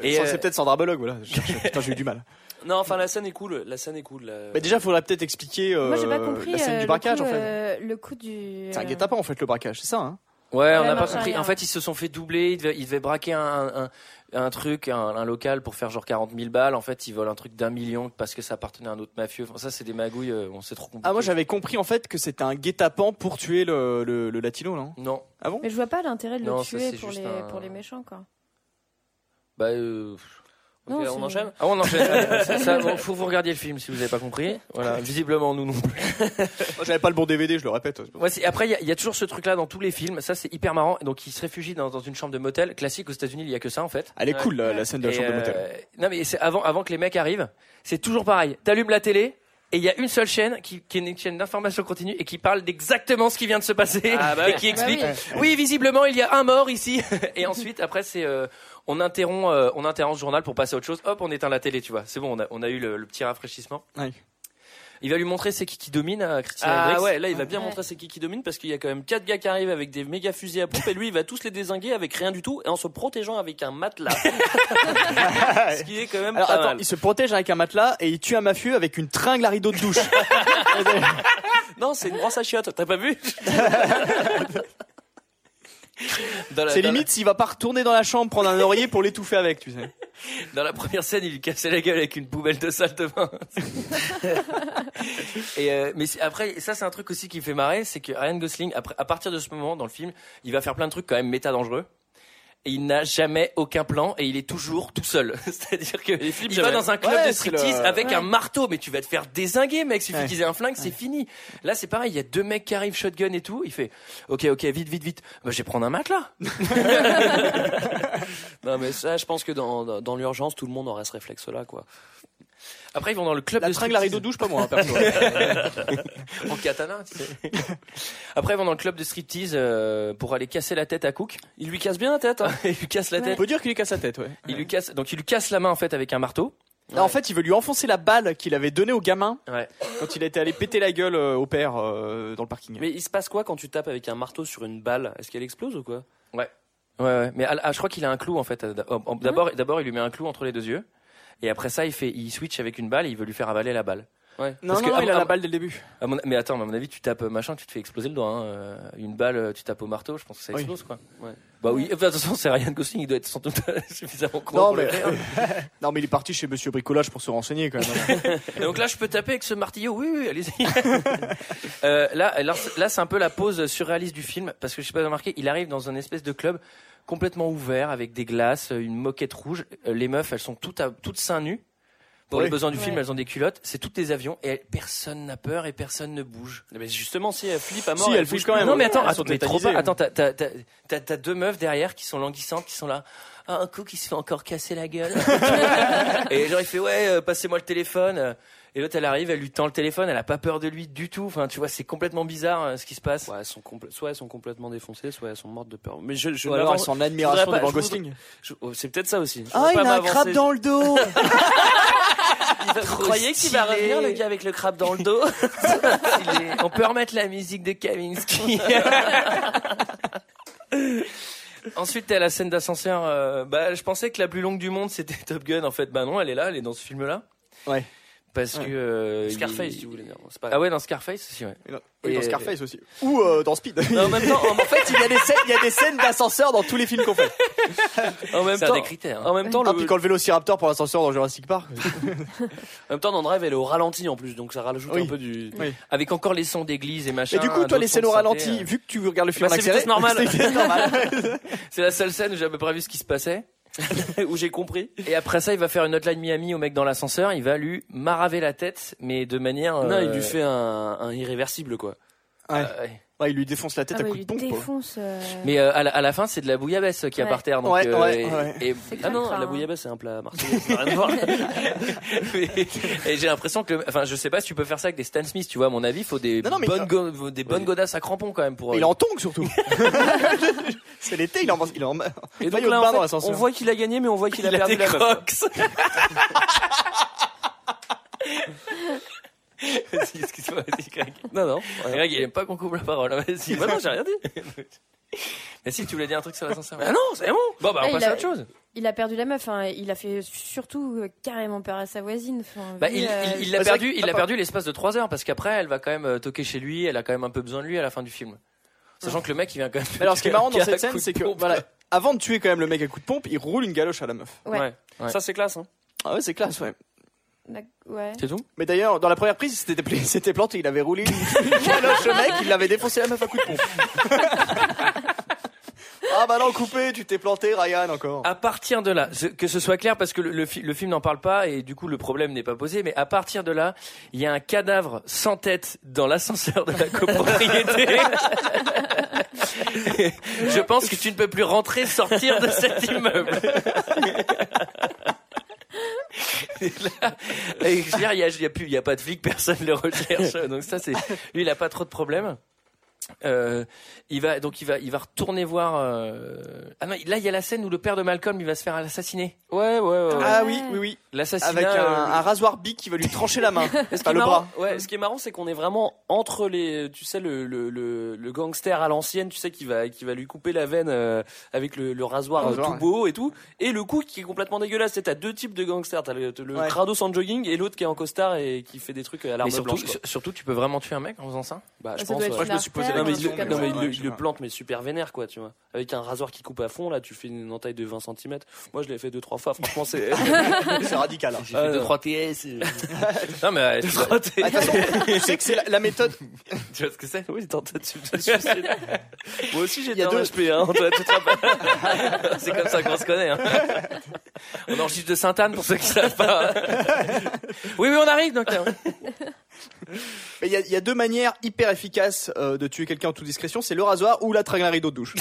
[SPEAKER 1] Et,
[SPEAKER 5] Sans-
[SPEAKER 1] euh,
[SPEAKER 5] C'est peut-être Sandra Bullock, voilà. Je- je- Putain, j'ai eu du mal.
[SPEAKER 7] non, enfin, la scène est cool. La scène est cool. là.
[SPEAKER 5] Bah, déjà, faudrait peut-être expliquer euh,
[SPEAKER 6] Moi, j'ai pas compris
[SPEAKER 5] la scène
[SPEAKER 6] euh,
[SPEAKER 5] du
[SPEAKER 6] le
[SPEAKER 5] braquage
[SPEAKER 6] coup,
[SPEAKER 5] en fait.
[SPEAKER 6] euh, le coup du.
[SPEAKER 5] C'est un
[SPEAKER 6] euh,
[SPEAKER 5] guet-apens en fait le braquage, c'est ça hein
[SPEAKER 1] Ouais, on
[SPEAKER 6] Ouais,
[SPEAKER 1] n'a pas
[SPEAKER 6] marche
[SPEAKER 1] compris.
[SPEAKER 6] arrière.
[SPEAKER 1] En fait, ils se sont fait doubler. Ils devaient, ils devaient braquer un, un, un truc, un, un local pour faire genre 40 000 balles. En fait, ils volent un truc d'un million parce que ça appartenait à un autre mafieux. Enfin, ça, c'est des magouilles. euh, On sait trop compliqué.
[SPEAKER 5] Ah, moi j'avais compris en fait que c'était un guet-apens pour tuer le, le, le latino, non
[SPEAKER 1] Non,
[SPEAKER 5] Ah bon
[SPEAKER 6] Mais je vois pas l'intérêt de
[SPEAKER 1] Non,
[SPEAKER 6] le
[SPEAKER 1] ça,
[SPEAKER 6] tuer
[SPEAKER 1] c'est
[SPEAKER 6] pour
[SPEAKER 1] juste
[SPEAKER 6] les,
[SPEAKER 1] un-
[SPEAKER 6] pour les méchants, quoi.
[SPEAKER 1] bah. Euh...
[SPEAKER 7] Ok,
[SPEAKER 6] non,
[SPEAKER 7] on
[SPEAKER 6] c'est-
[SPEAKER 7] enchaîne.
[SPEAKER 1] Ah, on enchaîne. Allez, ça, ça, bon, faut que vous regardiez le film si vous n'avez pas compris. Voilà, visiblement nous non plus.
[SPEAKER 5] Moi, J'avais pas le bon DVD, je le répète.
[SPEAKER 1] Ouais, c'est- après, il y a- il y, a toujours ce truc-là dans tous les films. Ça, c'est hyper marrant. Donc, ils se réfugient dans, dans une chambre de motel classique aux États-Unis. Il y a que ça en fait.
[SPEAKER 5] Elle est
[SPEAKER 7] Ouais.
[SPEAKER 5] cool la, la scène de la
[SPEAKER 1] Et,
[SPEAKER 5] chambre de motel.
[SPEAKER 1] euh, non mais c'est avant avant que les mecs arrivent, c'est toujours pareil. T'allumes la télé et il y a une seule chaîne qui, qui est une chaîne d'information continue et qui parle d'exactement ce qui vient de se passer
[SPEAKER 7] Ah, bah
[SPEAKER 1] et
[SPEAKER 7] oui.
[SPEAKER 1] qui
[SPEAKER 6] Bah
[SPEAKER 1] explique.
[SPEAKER 6] oui.
[SPEAKER 1] oui. visiblement il y a un mort ici. et ensuite après c'est euh, on interrompt euh, on interrompt ce journal pour passer à autre chose. Hop on éteint la télé tu vois. C'est bon on a on a eu le, le petit rafraîchissement.
[SPEAKER 5] Ouais.
[SPEAKER 1] Il va lui montrer c'est qui qui domine à Christian
[SPEAKER 7] Ah
[SPEAKER 1] Hendricks.
[SPEAKER 7] ouais, là il va bien
[SPEAKER 6] Ouais.
[SPEAKER 7] montrer c'est qui qui domine parce qu'il y a quand même quatre gars qui arrivent avec des méga fusils à pompe et lui il va tous les désinguer avec rien du tout et en se protégeant avec un matelas. Ce qui est quand même
[SPEAKER 5] Alors
[SPEAKER 7] pas
[SPEAKER 5] attends,
[SPEAKER 7] mal.
[SPEAKER 5] il se protège avec un matelas et il tue un mafieux avec une tringle à rideau de douche.
[SPEAKER 7] Non, c'est une brosse à chiottes, t'as pas vu Dans la-
[SPEAKER 5] c'est
[SPEAKER 7] dans la-
[SPEAKER 5] limite s'il va pas retourner dans la chambre prendre un oreiller pour l'étouffer avec, tu sais.
[SPEAKER 1] Dans la première scène, il lui cassait la gueule avec une poubelle de salle de bain. et euh, mais c'est- après, ça c'est un truc aussi qui me fait marrer, c'est que Ryan Gosling, après, à partir de ce moment dans le film, il va faire plein de trucs quand même méta dangereux. Et il n'a jamais aucun plan et il est toujours tout seul. C'est-à-dire que
[SPEAKER 7] Il flippe
[SPEAKER 1] il va
[SPEAKER 7] jamais.
[SPEAKER 1] dans un club
[SPEAKER 5] Ouais,
[SPEAKER 1] de
[SPEAKER 5] c'est
[SPEAKER 1] striptease
[SPEAKER 5] le-
[SPEAKER 1] avec
[SPEAKER 6] Ouais.
[SPEAKER 1] un marteau, mais tu vas te faire désinguer, mec. Suffit
[SPEAKER 5] Ouais.
[SPEAKER 1] qu'ils aient un flingue, c'est fini. Là, c'est pareil. Il y a deux mecs qui arrivent, shotgun et tout. Il fait, ok, ok, vite, vite, vite. Bah, je vais prendre un matelas.
[SPEAKER 7] Non mais ça, je pense que dans, dans, dans l'urgence, tout le monde aurait ce réflexe-là, quoi.
[SPEAKER 1] Après, ils vont dans le club
[SPEAKER 5] La
[SPEAKER 1] de
[SPEAKER 5] tringle à
[SPEAKER 1] striptease.
[SPEAKER 5] rideau de douche, pas moi, hein, perso.
[SPEAKER 1] en katana. tu sais. Après, ils vont dans le club de striptease euh, pour aller casser la tête à Cook.
[SPEAKER 7] Il lui casse bien la tête. Hein.
[SPEAKER 1] il lui casse la
[SPEAKER 5] On
[SPEAKER 1] tête.
[SPEAKER 5] peut dire qu'il lui casse la tête, ouais.
[SPEAKER 1] Il lui casse, donc il lui casse la main en fait avec un marteau.
[SPEAKER 5] Là, En fait, il veut lui enfoncer la balle qu'il avait donnée au gamin
[SPEAKER 1] Ouais.
[SPEAKER 5] quand il était allé péter la gueule euh, au père euh, dans le parking.
[SPEAKER 7] Mais il se passe quoi quand tu tapes avec un marteau sur une balle Est-ce qu'elle explose ou quoi
[SPEAKER 1] Ouais, ouais. Mais à- à- je crois qu'il a un clou en fait. Euh, en- en- D'abord, d'abord, il lui met un clou entre les deux yeux. Et après ça, il fait, il switch avec une balle et il veut lui faire avaler la balle.
[SPEAKER 7] Ouais.
[SPEAKER 5] Non,
[SPEAKER 1] parce
[SPEAKER 5] non,
[SPEAKER 1] que-
[SPEAKER 5] non, il a
[SPEAKER 1] ah,
[SPEAKER 5] la
[SPEAKER 1] ah,
[SPEAKER 5] balle dès le début.
[SPEAKER 1] À mon- mais attends, mais à mon avis, tu tapes euh, machin, tu te fais exploser le doigt. hein. Euh, Une balle, euh, tu tapes au marteau, je pense que ça
[SPEAKER 5] Oui.
[SPEAKER 1] explose quoi.
[SPEAKER 7] Ouais.
[SPEAKER 1] Bah oui. Enfin, de toute façon, c'est Ryan Gosling, il doit être sans doute suffisamment con.
[SPEAKER 5] Non
[SPEAKER 1] pour le
[SPEAKER 5] mais,
[SPEAKER 1] faire.
[SPEAKER 5] non, mais il est parti chez Monsieur Bricolage pour se renseigner quand même.
[SPEAKER 1] Et donc là, je peux taper avec ce martillon. Oui, oui, allez-y. Euh, là, alors, là, c'est un peu la pause surréaliste du film parce que je sais pas si vous avez remarqué, il arrive dans un espèce de club complètement ouvert avec des glaces, une moquette rouge. Euh, Les meufs, elles sont toutes à, toutes seins nus. Pour
[SPEAKER 5] Oui.
[SPEAKER 1] les besoins du film,
[SPEAKER 6] Ouais.
[SPEAKER 1] elles ont des culottes. C'est toutes des avions et elles- personne n'a peur et personne ne bouge.
[SPEAKER 7] Mais justement, si elle flippe à mort,
[SPEAKER 5] Si, elle
[SPEAKER 7] bouge
[SPEAKER 5] flippe quand
[SPEAKER 7] plus.
[SPEAKER 5] même.
[SPEAKER 1] non mais attends,
[SPEAKER 5] elles
[SPEAKER 1] attends,
[SPEAKER 5] sont
[SPEAKER 1] mais trop
[SPEAKER 5] tétanisées.
[SPEAKER 1] pas. Attends, t'as t'as- t'as- t'as- t'as deux meufs derrière qui sont languissantes, qui sont là. Ah, un coup qui se fait encore casser la gueule. et genre il fait ouais, euh, passez-moi le téléphone. Et l'autre, elle arrive, elle lui tend le téléphone, elle a pas peur de lui du tout. Enfin, tu vois, c'est complètement bizarre euh, ce qui se passe.
[SPEAKER 7] Ouais, elles sont compl- soit elles sont complètement défoncées, soit elles sont mortes de peur. Mais je, je
[SPEAKER 5] Ou alors
[SPEAKER 7] m'avance-
[SPEAKER 5] ils sont en
[SPEAKER 7] je
[SPEAKER 5] admiration
[SPEAKER 7] voudrais pas-
[SPEAKER 5] devant
[SPEAKER 7] je voudrais-
[SPEAKER 5] Gosling.
[SPEAKER 7] je- oh, c'est peut-être ça aussi. Je
[SPEAKER 5] Ah,
[SPEAKER 7] voudrais
[SPEAKER 5] il
[SPEAKER 7] pas
[SPEAKER 5] a un
[SPEAKER 7] m'avancer.
[SPEAKER 5] crabe dans le dos
[SPEAKER 7] Il va- Vous croyez qu'il va
[SPEAKER 1] stylé.
[SPEAKER 7] revenir le gars avec le crabe dans le dos
[SPEAKER 1] On peut remettre la musique de Kavinsky. Ensuite, t'as la scène d'ascenseur. euh, bah, je pensais que la plus longue du monde, c'était Top Gun. En fait, bah non, elle est là, elle est dans ce film-là.
[SPEAKER 5] Ouais.
[SPEAKER 1] Parce
[SPEAKER 5] Ouais.
[SPEAKER 1] que. euh,
[SPEAKER 7] Scarface,
[SPEAKER 1] il-
[SPEAKER 7] si vous voulez dire. C'est pas
[SPEAKER 1] Ah ouais, dans Scarface aussi, ouais.
[SPEAKER 5] Oui,
[SPEAKER 1] Et-
[SPEAKER 5] dans Scarface aussi. Ou euh, dans Speed.
[SPEAKER 1] Non, en même temps, en-
[SPEAKER 5] En fait, il y a des scènes, il y a des scènes d'ascenseur dans tous les films qu'on fait.
[SPEAKER 7] En même
[SPEAKER 1] c'est un
[SPEAKER 7] temps,
[SPEAKER 1] des critères.
[SPEAKER 7] en même temps,
[SPEAKER 5] Ah,
[SPEAKER 7] le-
[SPEAKER 5] puis quand le vélociraptor pour l'ascenseur dans Jurassic Park.
[SPEAKER 7] en même temps, dans Drive, elle est au ralenti en plus, donc ça rajoute
[SPEAKER 5] Oui.
[SPEAKER 7] un peu du.
[SPEAKER 1] Avec encore les sons d'église et machin.
[SPEAKER 5] Et du coup, toi,
[SPEAKER 1] d'autres
[SPEAKER 5] les
[SPEAKER 1] sons
[SPEAKER 5] scènes
[SPEAKER 1] de
[SPEAKER 5] au
[SPEAKER 1] synthé,
[SPEAKER 5] ralenti,
[SPEAKER 1] euh.
[SPEAKER 5] vu que tu regardes le film
[SPEAKER 1] Bah,
[SPEAKER 5] en
[SPEAKER 1] c'est vitesse
[SPEAKER 5] accéléré,
[SPEAKER 1] normale.
[SPEAKER 5] c'est vitesse normale.
[SPEAKER 1] C'est la seule scène où j'avais pas vu ce qui se passait.
[SPEAKER 7] où j'ai compris.
[SPEAKER 1] Et après ça, il va faire une hotline Miami au mec dans l'ascenseur. Il va lui maraver la tête, mais de manière.
[SPEAKER 7] Non,
[SPEAKER 1] euh,
[SPEAKER 7] il lui fait un, un irréversible quoi.
[SPEAKER 1] euh, ouais.
[SPEAKER 5] Ouais, bah, il lui défonce la tête
[SPEAKER 6] Ah
[SPEAKER 5] à
[SPEAKER 6] ouais,
[SPEAKER 5] coups de
[SPEAKER 6] il
[SPEAKER 5] pompe. quoi.
[SPEAKER 6] défonce. euh,
[SPEAKER 1] Mais euh, à, la, à la fin, c'est de la bouillabaisse qui a
[SPEAKER 6] Ouais.
[SPEAKER 1] par terre. Donc,
[SPEAKER 5] Ouais,
[SPEAKER 1] euh,
[SPEAKER 5] ouais,
[SPEAKER 1] et,
[SPEAKER 5] ouais.
[SPEAKER 1] et-
[SPEAKER 7] Ah
[SPEAKER 6] C'est crème,
[SPEAKER 7] non, la
[SPEAKER 6] ça, hein.
[SPEAKER 7] bouillabaisse c'est un plat marseillais. ça n'a rien à voir.
[SPEAKER 1] et j'ai l'impression que, le- enfin, je sais pas si tu peux faire ça avec des Stan Smith. Tu vois, à mon avis, faut des
[SPEAKER 5] Non, non, mais- euh,
[SPEAKER 1] bonnes, go- des bonnes godasses à crampons quand même pour. euh,
[SPEAKER 5] Mais Il est en tongue surtout. c'est l'été, il est en, il est en
[SPEAKER 7] Et donc
[SPEAKER 5] maillot
[SPEAKER 7] là,
[SPEAKER 5] de bain dans
[SPEAKER 7] en fait,
[SPEAKER 5] l'ascenseur.
[SPEAKER 7] on voit qu'il a gagné, mais on voit qu'il a
[SPEAKER 1] Il a
[SPEAKER 7] perdu
[SPEAKER 1] des
[SPEAKER 7] la meuf.
[SPEAKER 1] crocs. Vas-y, Excuse-moi, vas-y, Greg.
[SPEAKER 7] Non, non.
[SPEAKER 1] Greg, il aime pas qu'on coupe la parole. hein, Vas-y.
[SPEAKER 7] Bah non, j'ai rien dit.
[SPEAKER 1] Mais si, tu voulais dire un truc sur l'ascenseur.
[SPEAKER 7] Ah non, c'est bon.
[SPEAKER 1] Bon, bah,
[SPEAKER 6] Ah,
[SPEAKER 1] on
[SPEAKER 6] il
[SPEAKER 1] passe
[SPEAKER 6] a-
[SPEAKER 1] à autre chose.
[SPEAKER 6] Il a perdu la meuf. hein, Il a fait surtout euh, carrément peur à sa voisine. Enfin,
[SPEAKER 1] Bah,
[SPEAKER 6] lui,
[SPEAKER 1] il,
[SPEAKER 6] euh,
[SPEAKER 1] il- il l'a
[SPEAKER 5] Bah, c'est
[SPEAKER 1] perdu,
[SPEAKER 5] vrai que-
[SPEAKER 1] il l'a
[SPEAKER 5] attends.
[SPEAKER 1] perdu l'espace de 3 heures parce qu'après elle va quand même euh, toquer chez lui, elle a quand même un peu besoin de lui à la fin du film. Sachant que le mec il vient quand même.
[SPEAKER 5] Mais alors, ce qui est marrant dans
[SPEAKER 1] qui a
[SPEAKER 5] cette
[SPEAKER 1] un coup
[SPEAKER 5] scène,
[SPEAKER 1] de
[SPEAKER 5] c'est que
[SPEAKER 1] pompe.
[SPEAKER 5] voilà, avant de tuer quand même le mec à coup de pompe, il roule une galoche à la meuf.
[SPEAKER 6] Ouais.
[SPEAKER 1] Ouais.
[SPEAKER 7] Ça c'est classe. Hein.
[SPEAKER 5] Ah ouais, c'est classe, ouais.
[SPEAKER 6] d'ac- Bah, Ouais.
[SPEAKER 1] C'est tout
[SPEAKER 5] Mais d'ailleurs, dans la première prise, c'était pla- c'était planté, il avait roulé une une galoche au mec, il l'avait défoncé la meuf à coup de pompe. ah bah non, coupé, tu t'es planté, Ryan encore.
[SPEAKER 1] À partir de là, ce- que ce soit clair parce que le, le fi- le film n'en parle pas et du coup le problème n'est pas posé, mais à partir de là, il y a un cadavre sans tête dans l'ascenseur de la copropriété. Je pense que tu ne peux plus rentrer, sortir de cet immeuble. Et là, et je veux dire, il n'y a, il y a plus- il y a pas de flic, personne ne le recherche. Donc ça, c'est lui, il n'a pas trop de problèmes. Euh, il va donc il va il va retourner voir. euh, Ah non, là il y a la scène où le père de Malcolm il va se faire assassiner.
[SPEAKER 7] Ouais, ouais, ouais. ouais.
[SPEAKER 5] Ah oui, oui, oui.
[SPEAKER 1] L'assassinat
[SPEAKER 5] Avec un,
[SPEAKER 1] euh,
[SPEAKER 5] un rasoir bic qui va lui trancher la main.
[SPEAKER 7] Ce qui
[SPEAKER 5] Enfin,
[SPEAKER 7] est
[SPEAKER 5] le
[SPEAKER 7] marrant-
[SPEAKER 5] bras.
[SPEAKER 7] Ouais, ce qui est marrant, c'est qu'on est vraiment entre les, tu sais, le, le, le, le gangster à l'ancienne, tu sais, qui va, qui va lui couper la veine euh, avec le, le rasoir, euh,
[SPEAKER 5] Rasoir,
[SPEAKER 7] tout
[SPEAKER 5] ouais.
[SPEAKER 7] beau et tout, et le coup qui est complètement dégueulasse. C'est t'as deux types de gangsters, t'as le, le
[SPEAKER 5] Ouais.
[SPEAKER 7] crado sans jogging et l'autre qui est en costard et qui fait des trucs à l'arme
[SPEAKER 1] Mais surtout,
[SPEAKER 7] blanche. quoi.
[SPEAKER 1] sur- surtout, tu peux vraiment tuer un mec en faisant ça
[SPEAKER 7] Bah, je
[SPEAKER 6] Ah, Ça doit
[SPEAKER 7] pense.
[SPEAKER 6] être
[SPEAKER 7] ouais.
[SPEAKER 5] Moi, je me suis posé la
[SPEAKER 7] Non mais, il,
[SPEAKER 5] question,
[SPEAKER 7] le-
[SPEAKER 5] mais
[SPEAKER 7] non, mais
[SPEAKER 5] ouais,
[SPEAKER 7] il le,
[SPEAKER 5] ouais, je
[SPEAKER 7] il
[SPEAKER 5] sais
[SPEAKER 7] le
[SPEAKER 5] pas.
[SPEAKER 7] plante mais super vénère quoi tu vois avec un rasoir qui coupe à fond là tu fais une entaille de 20 cm moi je l'ai fait deux trois fois franchement c'est
[SPEAKER 5] C'est radical. hein.
[SPEAKER 1] J'ai fait
[SPEAKER 7] Ah,
[SPEAKER 1] deux,
[SPEAKER 7] non.
[SPEAKER 1] trois TS. non mais euh, tu, vois,
[SPEAKER 5] Ah, de toute façon, tu sais que c'est la, la méthode.
[SPEAKER 1] tu vois ce que c'est
[SPEAKER 7] oui tentative de suicide moi aussi
[SPEAKER 5] Il y
[SPEAKER 7] j'étais
[SPEAKER 5] a
[SPEAKER 7] un
[SPEAKER 5] deux-
[SPEAKER 7] HP hein Antoine, tu te rappelles
[SPEAKER 1] C'est comme ça qu'on se connaît. hein. On enregistre de Sainte-Anne pour ceux qui savent pas. Oui oui on arrive donc. là.
[SPEAKER 5] Mais il y, a- il y a deux manières hyper efficaces euh, de tuer quelqu'un en toute discrétion c'est le rasoir ou la tringle à rideau de douche.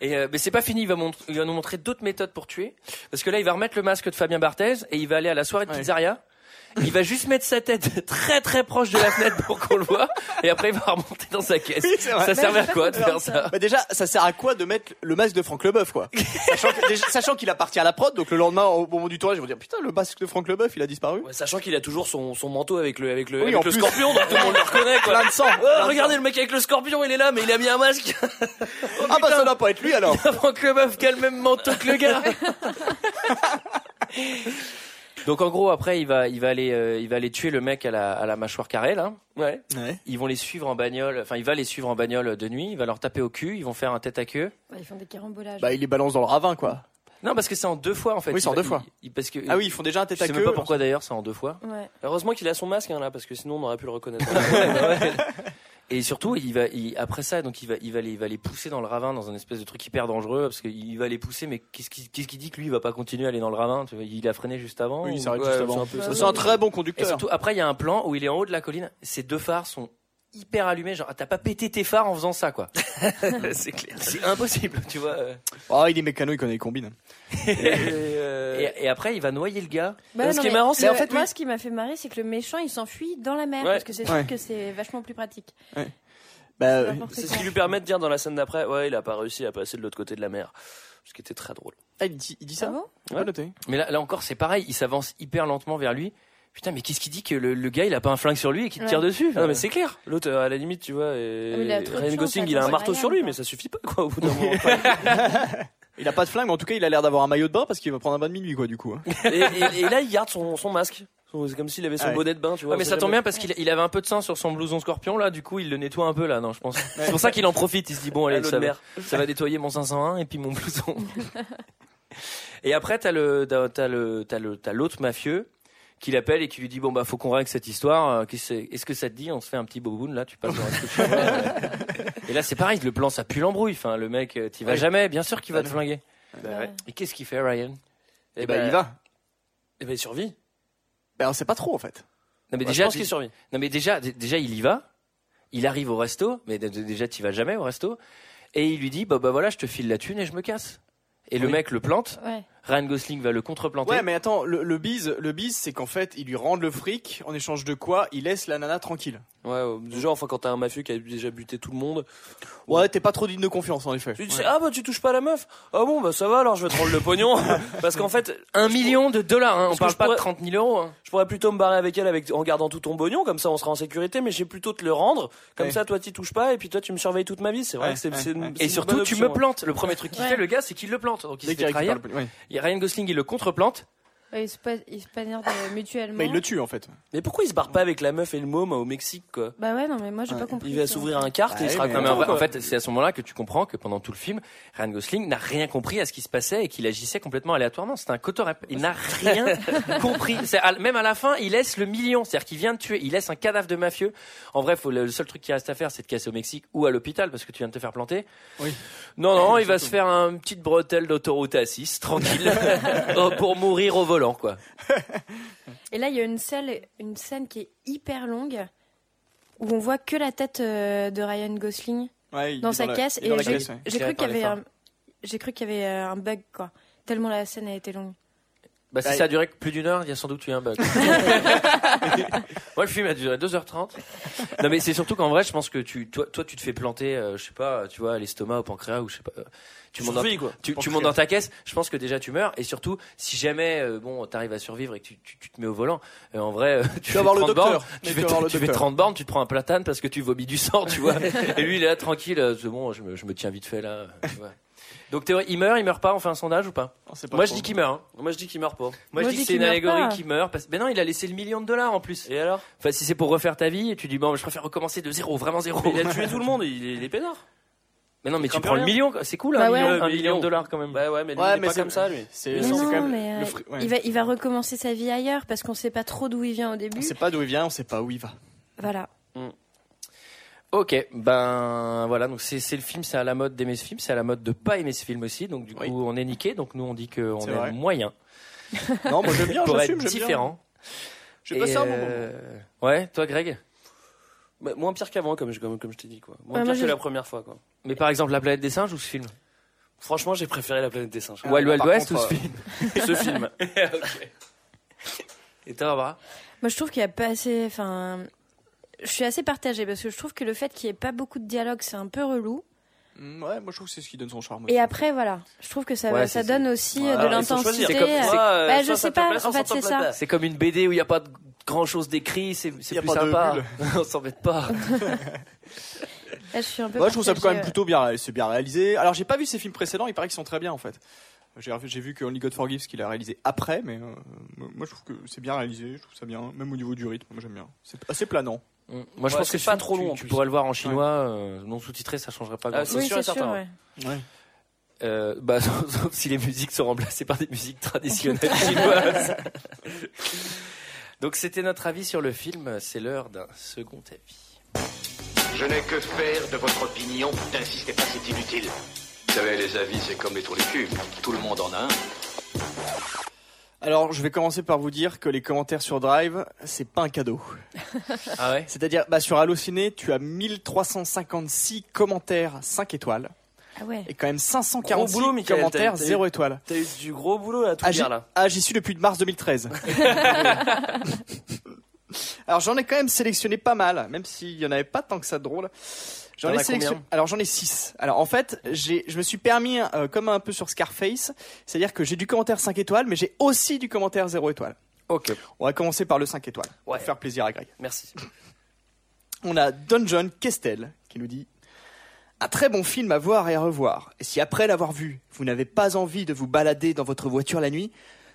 [SPEAKER 1] Et euh, mais c'est pas fini, il va, mont- il va nous montrer d'autres méthodes pour tuer. Parce que là, il va remettre le masque de Fabien Barthez et il va aller à la soirée de
[SPEAKER 5] Ouais.
[SPEAKER 1] pizzeria. Il va juste mettre sa tête très très proche de la fenêtre pour qu'on le voit. Et après, il va remonter dans sa caisse.
[SPEAKER 5] Oui, c'est vrai.
[SPEAKER 1] ça
[SPEAKER 5] Mais
[SPEAKER 1] servait
[SPEAKER 6] j'ai
[SPEAKER 1] à
[SPEAKER 6] pas
[SPEAKER 1] quoi de
[SPEAKER 6] compris
[SPEAKER 1] faire
[SPEAKER 6] ça.
[SPEAKER 1] ça
[SPEAKER 5] Bah déjà, ça sert à quoi de mettre le masque de Franck Leboeuf, quoi Sachant que- déjà- Sachant qu'il appartient à la prod, donc le lendemain, au moment du tournage, ils vont dire putain, le masque de Franck Leboeuf, il a disparu.
[SPEAKER 7] Ouais, sachant qu'il a toujours son, son manteau avec le avec le,
[SPEAKER 5] Oui,
[SPEAKER 7] avec
[SPEAKER 5] en
[SPEAKER 7] le
[SPEAKER 5] plus.
[SPEAKER 7] scorpion donc tout le monde le reconnaît quoi
[SPEAKER 5] Plein de sang.
[SPEAKER 1] Ah,
[SPEAKER 7] Oh, regardez le mec avec le scorpion, il est là, mais il a mis un masque.
[SPEAKER 5] ah bah ça doit pas être lui alors.
[SPEAKER 1] Franck Leboeuf qui a le même manteau que le gars. Donc en gros, après, il va il va aller euh, il va aller tuer le mec à la, à la mâchoire carrée là.
[SPEAKER 7] Ouais.
[SPEAKER 1] Ils vont les suivre en bagnole. Enfin, il va les suivre en bagnole de nuit. Il va leur taper au cul. Ils vont faire un tête à queue.
[SPEAKER 6] Ouais, ils font des carambolages.
[SPEAKER 5] Bah il les balance dans le ravin, quoi.
[SPEAKER 1] Non, parce que c'est en deux fois en fait.
[SPEAKER 5] Oui, c'est en
[SPEAKER 1] Il-
[SPEAKER 5] deux fois.
[SPEAKER 1] il- parce que
[SPEAKER 5] Ah oui, ils font déjà un tête
[SPEAKER 1] Je
[SPEAKER 5] à
[SPEAKER 1] sais
[SPEAKER 5] queue.
[SPEAKER 1] même pas pourquoi d'ailleurs, c'est en deux fois.
[SPEAKER 6] Ouais.
[SPEAKER 7] Heureusement qu'il a son masque hein, là, parce que sinon on aurait pu le reconnaître.
[SPEAKER 1] Et surtout, il va, il- après ça, donc il va, il va les, il va les pousser dans le ravin, dans un espèce de truc hyper dangereux, parce qu'il va les pousser, mais qu'est-ce qui, qu'est-ce qui dit que lui, il va pas continuer à aller dans le ravin tu vois, Il a freiné juste avant.
[SPEAKER 5] Oui, il
[SPEAKER 1] ou-
[SPEAKER 5] s'arrête
[SPEAKER 1] Ouais,
[SPEAKER 5] juste
[SPEAKER 1] c'est
[SPEAKER 5] avant.
[SPEAKER 1] un peu ça.
[SPEAKER 5] C'est un très bon
[SPEAKER 1] Et
[SPEAKER 5] conducteur.
[SPEAKER 1] surtout, après, il y a un plan où il est en haut de la colline. Ses deux phares sont hyper allumé, genre ah, t'as pas pété tes phares en faisant ça quoi.
[SPEAKER 7] c'est clair.
[SPEAKER 1] C'est impossible, tu vois. euh.
[SPEAKER 5] Oh, il est mécano, il connaît les combines.
[SPEAKER 1] Et, et après il va noyer le gars.
[SPEAKER 6] Bah,
[SPEAKER 7] Euh, ce qui est marrant, c'est-
[SPEAKER 6] le-
[SPEAKER 7] en fait,
[SPEAKER 6] moi,
[SPEAKER 7] oui.
[SPEAKER 6] ce qui m'a fait marrer, c'est que le méchant, il s'enfuit dans la mer,
[SPEAKER 7] Ouais.
[SPEAKER 6] parce que c'est sûr
[SPEAKER 5] Ouais.
[SPEAKER 6] que c'est vachement plus pratique.
[SPEAKER 5] Bah,
[SPEAKER 6] C'est
[SPEAKER 5] euh,
[SPEAKER 6] n'importe
[SPEAKER 7] C'est ce
[SPEAKER 6] quoi.
[SPEAKER 7] qui lui permet de dire dans la scène d'après, ouais, il a pas réussi à passer de l'autre côté de la mer. Ce qui était très drôle.
[SPEAKER 5] ah, il, dit, il dit ça
[SPEAKER 6] Ah bon
[SPEAKER 5] Ouais, noté.
[SPEAKER 1] Mais là, là encore c'est pareil, il s'avance hyper lentement vers lui. Putain mais qu'est-ce qu'il dit que le, le gars il a pas un flingue sur lui et qu'il
[SPEAKER 6] Ouais.
[SPEAKER 1] tire dessus euh
[SPEAKER 7] Non, Ah, mais c'est clair. L'autre, à la limite, tu vois,
[SPEAKER 6] Ah, mais il a
[SPEAKER 7] et...
[SPEAKER 6] trop de
[SPEAKER 7] Ryan
[SPEAKER 6] chance,
[SPEAKER 7] Gosling,
[SPEAKER 6] attends,
[SPEAKER 7] il a un
[SPEAKER 6] c'est
[SPEAKER 7] marteau
[SPEAKER 6] Ryan,
[SPEAKER 7] sur lui,
[SPEAKER 6] quoi.
[SPEAKER 7] mais ça suffit pas, quoi, au bout d'un moment.
[SPEAKER 5] Il a pas de flingue, mais en tout cas, il a l'air d'avoir un maillot de bain parce qu'il va prendre un bain de minuit, quoi, du coup. hein.
[SPEAKER 7] et, et- et là, il garde son, son masque. Son- C'est comme s'il avait son
[SPEAKER 5] Ouais.
[SPEAKER 7] bonnet de bain, tu vois.
[SPEAKER 1] Ouais, mais
[SPEAKER 7] on
[SPEAKER 1] ça
[SPEAKER 7] sait
[SPEAKER 1] tombe
[SPEAKER 7] jamais.
[SPEAKER 1] bien parce qu'il il avait un peu de sang sur son blouson scorpion là, du coup il le nettoie un peu là, non je pense. C'est pour ça qu'il en profite, il se dit bon
[SPEAKER 7] Ah,
[SPEAKER 1] allez
[SPEAKER 7] l'eau
[SPEAKER 1] ça
[SPEAKER 7] de
[SPEAKER 1] va,
[SPEAKER 7] mer.
[SPEAKER 1] ça va nettoyer mon 501 et puis mon blouson. et après t'as le t'as t'as le t'as le t'as l'autre mafieux qui l'appelle et qui lui dit bon bah faut qu'on règle cette histoire. euh, qu'est-ce que- Est-ce que ça te dit on se fait un petit boboon là tu passes dans la structure. et là c'est pareil le plan ça pue l'embrouille. Enfin le mec euh, t'y vas
[SPEAKER 5] Ouais.
[SPEAKER 1] jamais bien sûr qu'il va te flinguer.
[SPEAKER 6] Bah ouais.
[SPEAKER 1] Et qu'est-ce qu'il fait Ryan Eh
[SPEAKER 7] Et,
[SPEAKER 1] ben,
[SPEAKER 5] bah, il va.
[SPEAKER 7] Et bah, il survit.
[SPEAKER 5] Bah, on sait pas trop, en fait.
[SPEAKER 1] Non mais
[SPEAKER 7] Bah, je
[SPEAKER 1] déjà
[SPEAKER 7] pense qu'il survit.
[SPEAKER 1] Non mais déjà, d- déjà il y va, il arrive au resto, mais d- d- déjà tu vas jamais au resto, et il lui dit bah bah voilà, je te file la thune et je me casse. Et le
[SPEAKER 7] Oui.
[SPEAKER 1] mec le plante,
[SPEAKER 6] Ouais.
[SPEAKER 1] Ryan Gosling va le contreplanter.
[SPEAKER 5] Ouais, mais attends, le, le bise, le bise, c'est qu'en fait, ils lui rendent le fric, en échange de quoi, il laisse la nana tranquille.
[SPEAKER 7] Ouais, ouais. déjà, enfin, quand t'as un mafieux qui a déjà buté tout le monde,
[SPEAKER 5] Ouais, t'es pas trop digne de confiance, en effet.
[SPEAKER 7] tu dis, ah bah, tu touches pas à la meuf. Ah bon, bah, ça va, alors je vais te rendre le pognon. Parce qu'en fait,
[SPEAKER 1] Un million de dollars, hein, on
[SPEAKER 7] Parce que
[SPEAKER 1] parle
[SPEAKER 7] je
[SPEAKER 1] pas
[SPEAKER 7] pourrais-
[SPEAKER 1] de 30 000 euros. hein.
[SPEAKER 7] je pourrais plutôt me barrer avec elle avec, en gardant tout ton pognon, comme ça on sera en sécurité, mais j'ai plutôt te le rendre, comme
[SPEAKER 5] Ouais.
[SPEAKER 7] ça toi t'y touches pas, et puis toi tu me surveilles toute ma vie, c'est vrai
[SPEAKER 5] Ouais,
[SPEAKER 7] que c'est
[SPEAKER 5] ouais,
[SPEAKER 7] c'est une-
[SPEAKER 5] ouais.
[SPEAKER 7] c'est
[SPEAKER 1] Et
[SPEAKER 7] une
[SPEAKER 1] surtout,
[SPEAKER 7] bonne
[SPEAKER 1] tu
[SPEAKER 7] option, hein.
[SPEAKER 1] me plantes. Le premier truc qu'il
[SPEAKER 6] Ouais.
[SPEAKER 1] fait, le gars, c'est qu'il le plante. Donc il
[SPEAKER 5] Dès
[SPEAKER 1] se
[SPEAKER 5] qu'il
[SPEAKER 1] fait
[SPEAKER 5] récupère
[SPEAKER 1] trahir.
[SPEAKER 5] le- ouais.
[SPEAKER 1] Et Ryan Gosling, il le contreplante.
[SPEAKER 6] Ouais, Ils se pas- ils se peignent mutuellement.
[SPEAKER 5] Bah, il le tue, en fait.
[SPEAKER 7] Mais pourquoi il se barre pas avec la meuf et le môme au Mexique, quoi
[SPEAKER 6] Bah ouais, non, mais moi, j'ai
[SPEAKER 5] Ouais.
[SPEAKER 6] pas compris.
[SPEAKER 7] Il va
[SPEAKER 6] ça.
[SPEAKER 7] s'ouvrir un carte et il
[SPEAKER 5] Ouais,
[SPEAKER 7] sera
[SPEAKER 5] mais-
[SPEAKER 1] Non, mais
[SPEAKER 7] content,
[SPEAKER 1] en, vrai-
[SPEAKER 7] quoi.
[SPEAKER 1] en fait, c'est à ce moment-là que tu comprends que pendant tout le film, Ryan Gosling n'a rien compris à ce qui se passait et qu'il agissait complètement aléatoirement. C'était un cotorep. Il n'a rien compris. C'est à- même à la fin, il laisse le million. C'est-à-dire qu'il vient de tuer. Il laisse un cadavre de mafieux. En vrai, faut- le le seul truc qui reste à faire, c'est de casser au Mexique ou à l'hôpital parce que tu viens de te faire planter.
[SPEAKER 5] Oui.
[SPEAKER 1] Non, non, il va se faire une petite bretelle d'autoroute à 6, tranquille, Oh, pour mourir au volant, quoi.
[SPEAKER 6] Et là, il y a une scène, une scène qui est hyper longue où on voit que la tête euh, de Ryan Gosling
[SPEAKER 5] Ouais, il
[SPEAKER 6] dans
[SPEAKER 5] est
[SPEAKER 6] sa
[SPEAKER 5] la-
[SPEAKER 6] caisse
[SPEAKER 5] il est
[SPEAKER 6] et
[SPEAKER 5] dans la
[SPEAKER 6] j'ai
[SPEAKER 5] caisse, ouais.
[SPEAKER 6] j'ai
[SPEAKER 1] Tiré
[SPEAKER 6] cru
[SPEAKER 1] par
[SPEAKER 6] qu'il y
[SPEAKER 1] les
[SPEAKER 6] avait
[SPEAKER 1] phares.
[SPEAKER 6] un j'ai cru qu'il y avait euh, un bug quoi. Tellement la scène a été longue.
[SPEAKER 1] Bah, si
[SPEAKER 5] Bah,
[SPEAKER 1] ça a duré que plus d'une heure, il y a sans doute eu un bug. Moi, le film a duré 2h30. Non, mais c'est surtout qu'en vrai, je pense que tu, toi, toi, tu te fais planter, euh, je sais pas, tu vois, à l'estomac, au pancréas, ou je sais pas. euh, Tu montes, dans,
[SPEAKER 7] survis, quoi.
[SPEAKER 1] tu, tu
[SPEAKER 5] Pancréas.
[SPEAKER 1] montes dans ta caisse, je pense que déjà tu meurs, et surtout, si jamais, euh, bon, t'arrives à survivre et que tu, tu, tu te mets au volant, euh, en vrai, euh, tu,
[SPEAKER 5] Tu
[SPEAKER 1] fais
[SPEAKER 5] vas voir le
[SPEAKER 1] 30
[SPEAKER 5] docteur.
[SPEAKER 1] bornes,
[SPEAKER 5] mais
[SPEAKER 1] tu, fais,
[SPEAKER 5] voir le
[SPEAKER 1] tu fais
[SPEAKER 5] docteur.
[SPEAKER 1] 30 bornes, tu te prends un platane parce que tu vomis du sang, tu vois. et lui, il est là, tranquille, euh, c'est bon, je me, je me tiens vite fait, là. euh, tu vois. Donc, théorie, il meurt, il meurt pas, on fait un sondage ou pas
[SPEAKER 5] Non, c'est pas
[SPEAKER 1] Moi, je
[SPEAKER 5] trop.
[SPEAKER 1] dis qu'il meurt. hein.
[SPEAKER 7] Moi je dis qu'il meurt pas.
[SPEAKER 1] Moi, je dis que c'est
[SPEAKER 6] qu'il
[SPEAKER 1] une
[SPEAKER 6] meurt
[SPEAKER 1] allégorie
[SPEAKER 6] pas.
[SPEAKER 1] qui meurt. Parce... Ben non, il a laissé le million de dollars en plus.
[SPEAKER 7] Et alors
[SPEAKER 1] Enfin, si c'est pour refaire ta vie, et tu dis, bon, je préfère recommencer de zéro, vraiment zéro.
[SPEAKER 7] Mais Il a tué tout le monde, il est, il est pénard.
[SPEAKER 1] Mais non, mais tu
[SPEAKER 7] comprend
[SPEAKER 1] prends le
[SPEAKER 7] rien.
[SPEAKER 1] million, quoi. c'est cool, hein,
[SPEAKER 6] Bah
[SPEAKER 1] un
[SPEAKER 6] ouais.
[SPEAKER 1] million,
[SPEAKER 7] Le
[SPEAKER 1] un
[SPEAKER 7] million.
[SPEAKER 1] million de dollars quand même.
[SPEAKER 7] Bah ouais, mais lui,
[SPEAKER 5] Ouais,
[SPEAKER 7] il est
[SPEAKER 5] mais
[SPEAKER 7] pas
[SPEAKER 5] c'est-
[SPEAKER 7] comme ça lui.
[SPEAKER 5] C'est
[SPEAKER 6] Mais
[SPEAKER 5] c'est
[SPEAKER 6] non,
[SPEAKER 5] quand même
[SPEAKER 6] mais,
[SPEAKER 5] le
[SPEAKER 6] euh,
[SPEAKER 5] fri- ouais.
[SPEAKER 6] Il va il va recommencer sa vie ailleurs parce qu'on sait pas trop d'où il vient au
[SPEAKER 5] On
[SPEAKER 6] début.
[SPEAKER 5] sait pas d'où il vient, on sait pas où il va.
[SPEAKER 6] Voilà.
[SPEAKER 1] Ok, ben voilà, donc c'est c'est le film, c'est à la mode d'aimer ce film, c'est à la mode de pas aimer ce film aussi, donc du coup
[SPEAKER 5] Oui.
[SPEAKER 1] on est niqué, donc nous on dit qu'on
[SPEAKER 5] C'est
[SPEAKER 1] est,
[SPEAKER 5] vrai.
[SPEAKER 1] moyen
[SPEAKER 5] Non, moi j'aime bien,
[SPEAKER 1] pour
[SPEAKER 5] j'assume,
[SPEAKER 1] être
[SPEAKER 5] j'aime bien.
[SPEAKER 1] différent.
[SPEAKER 5] J'ai passé un
[SPEAKER 1] Et,
[SPEAKER 5] moment.
[SPEAKER 1] euh, Ouais, toi Greg
[SPEAKER 7] Bah, moins pire qu'avant, comme je, comme, comme je t'ai dit, quoi. Moins
[SPEAKER 6] Ouais, moi,
[SPEAKER 7] pire que
[SPEAKER 6] j'ai-
[SPEAKER 7] la première fois, quoi.
[SPEAKER 1] Mais par exemple La planète des singes ou ce film
[SPEAKER 7] Franchement, j'ai préféré la planète des singes.
[SPEAKER 5] Ah,
[SPEAKER 1] Wild
[SPEAKER 5] bah,
[SPEAKER 1] Wild
[SPEAKER 5] par
[SPEAKER 1] West ou
[SPEAKER 5] contre,
[SPEAKER 1] ce film
[SPEAKER 7] Ce
[SPEAKER 5] euh,
[SPEAKER 7] film.
[SPEAKER 1] Et toi Barbara
[SPEAKER 6] Moi, je trouve qu'il y a pas assez. Enfin, je suis assez partagée parce que je trouve que le fait qu'il y ait pas beaucoup de dialogue, c'est un peu relou.
[SPEAKER 5] Mm, Ouais, moi je trouve que c'est ce qui donne son charme. aussi.
[SPEAKER 6] Et après, voilà, je trouve que ça,
[SPEAKER 1] Ouais,
[SPEAKER 6] ça
[SPEAKER 1] c'est-
[SPEAKER 6] donne aussi euh,
[SPEAKER 7] Voilà,
[SPEAKER 6] de
[SPEAKER 7] il faut
[SPEAKER 6] l'intensité.
[SPEAKER 7] choisir. C'est comme-
[SPEAKER 6] euh,
[SPEAKER 7] Soit, euh,
[SPEAKER 6] bah,
[SPEAKER 7] soit
[SPEAKER 6] je
[SPEAKER 7] ça
[SPEAKER 6] sais
[SPEAKER 7] te plaît,
[SPEAKER 6] pas.
[SPEAKER 7] soit
[SPEAKER 6] En
[SPEAKER 7] ça
[SPEAKER 6] fait,
[SPEAKER 7] te plaît
[SPEAKER 6] c'est ça.
[SPEAKER 7] pas.
[SPEAKER 1] C'est comme une BD où il n'y a pas de grand chose d'écrit, c'est c'est
[SPEAKER 5] Y a
[SPEAKER 1] plus
[SPEAKER 5] pas de
[SPEAKER 1] sympa.
[SPEAKER 5] bulle.
[SPEAKER 1] on s'embête pas.
[SPEAKER 6] Là, je suis un peu.
[SPEAKER 5] Moi, je trouve ça quand même
[SPEAKER 6] partagée, euh.
[SPEAKER 5] plutôt bien, ré- c'est bien réalisé. Alors, j'ai pas vu ses films précédents, il paraît qu'ils sont très bien en fait. J'ai revu- j'ai vu que Only God Forgives qu'il a réalisé après, mais euh, moi moi, je trouve que c'est bien réalisé, je trouve ça bien, même au niveau du rythme, moi j'aime bien. C'est assez planant.
[SPEAKER 1] Mm. Moi, je
[SPEAKER 7] Ouais,
[SPEAKER 1] pense que
[SPEAKER 7] c'est
[SPEAKER 1] ce
[SPEAKER 7] pas
[SPEAKER 1] film,
[SPEAKER 7] trop
[SPEAKER 1] tu-
[SPEAKER 7] long, en
[SPEAKER 1] Tu
[SPEAKER 7] plus.
[SPEAKER 1] pourrais le voir en chinois, euh, non sous-titré, ça changerait pas
[SPEAKER 7] Ah,
[SPEAKER 1] grand-chose.
[SPEAKER 7] c'est
[SPEAKER 6] Oui,
[SPEAKER 7] sûr
[SPEAKER 6] c'est
[SPEAKER 7] et
[SPEAKER 6] sûr.
[SPEAKER 7] certain.
[SPEAKER 6] ouais.
[SPEAKER 1] Euh, bah, sauf, sauf si les musiques sont remplacées par des musiques traditionnelles chinoises. Donc, c'était notre avis sur le film. C'est l'heure d'un second avis.
[SPEAKER 2] Je n'ai que faire de votre opinion. N'insistez pas, c'est inutile.
[SPEAKER 4] Vous savez, les avis, c'est comme les trous du cul. Tout le monde en a un.
[SPEAKER 5] Alors, je vais commencer par vous dire que les commentaires sur Drive, c'est pas un cadeau.
[SPEAKER 1] Ah ouais
[SPEAKER 5] C'est-à-dire, bah, sur Allociné, tu as 1356 commentaires 5 étoiles
[SPEAKER 6] Ah ouais.
[SPEAKER 5] et quand même
[SPEAKER 7] Gros
[SPEAKER 5] 546
[SPEAKER 7] boulot, Michael,
[SPEAKER 5] commentaires
[SPEAKER 7] t'as- t'as-
[SPEAKER 5] 0 étoiles.
[SPEAKER 7] T'as eu du gros boulot là, tout
[SPEAKER 5] Ah, j'y-
[SPEAKER 7] dire là.
[SPEAKER 5] ah, j'y suis depuis mars 2013. Alors j'en ai quand même sélectionné pas mal, même s'il y en avait pas tant que ça de drôle. J'en
[SPEAKER 1] T'en
[SPEAKER 5] ai
[SPEAKER 1] as
[SPEAKER 5] sélectionné.
[SPEAKER 1] combien
[SPEAKER 5] Alors j'en ai 6. Alors en fait, j'ai je me suis permis euh, comme un peu sur Scarface, c'est-à-dire que j'ai du commentaire 5 étoiles mais j'ai aussi du commentaire 0 étoiles.
[SPEAKER 1] Ok,
[SPEAKER 5] On va commencer par le 5 étoiles
[SPEAKER 7] Ouais.
[SPEAKER 5] pour faire plaisir à Greg.
[SPEAKER 7] Merci.
[SPEAKER 5] On a Dungeon Kestel qui nous dit un très bon film à voir et à revoir. Et si après l'avoir vu, vous n'avez pas envie de vous balader dans votre voiture la nuit,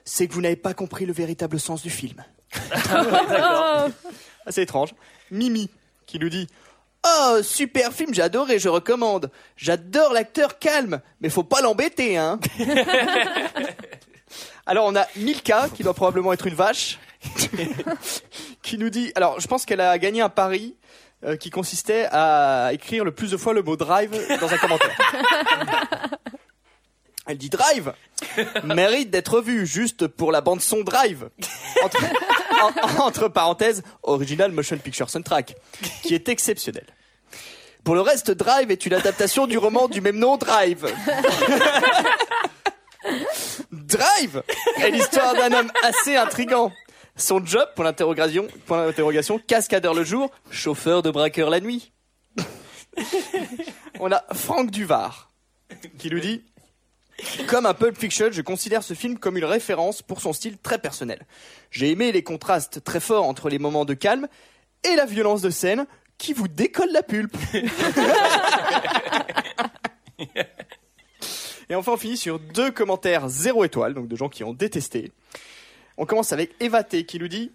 [SPEAKER 5] c'est que vous n'avez pas compris le véritable sens du film. Ah, Assez étrange. Mimi qui nous dit Oh, super film, j'ai adoré, je recommande. J'adore l'acteur calme, mais faut pas l'embêter, hein. Alors on a Milka qui doit probablement être une vache qui nous dit. Alors, je pense qu'elle a gagné un pari euh, qui consistait à écrire le plus de fois le mot drive dans un commentaire. Elle dit drive mérite d'être vu juste pour la bande son drive. Entre, en- entre parenthèses, original motion picture soundtrack, qui est exceptionnel. Pour le reste, Drive est une adaptation du roman du même nom, Drive. Drive est l'histoire d'un homme assez intrigant. Son job, pour l'interrogation, pour l'interrogation, cascadeur le jour, chauffeur de braqueur la nuit. On a Franck Duvard qui nous dit Comme un Pulp Fiction, je considère ce film comme une référence pour son style très personnel. J'ai aimé les contrastes très forts entre les moments de calme et la violence de scène qui vous décolle la pulpe. Et enfin, on finit sur deux commentaires zéro étoile, donc de gens qui ont détesté. On commence avec Eva T qui nous dit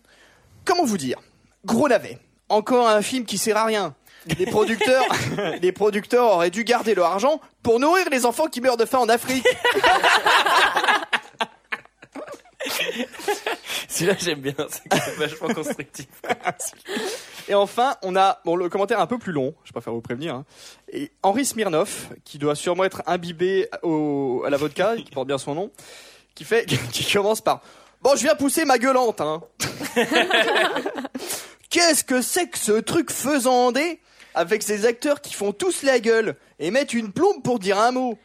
[SPEAKER 5] Comment vous dire Gros navet. Encore un film qui sert à rien. Les producteurs, les producteurs auraient dû garder leur argent pour nourrir les enfants qui meurent de faim en Afrique.
[SPEAKER 1] celui-là j'aime bien, c'est vachement constructif.
[SPEAKER 5] Et enfin, on a bon, le commentaire un peu plus long, je préfère vous prévenir. hein. Et Henri Smirnov, qui doit sûrement être imbibé au, à la vodka, et qui porte bien son nom, qui fait, qui commence par Bon, je viens pousser ma gueulante, hein. Qu'est-ce que c'est que ce truc faisandé avec ces acteurs qui font tous la gueule et mettent une plombe pour dire un mot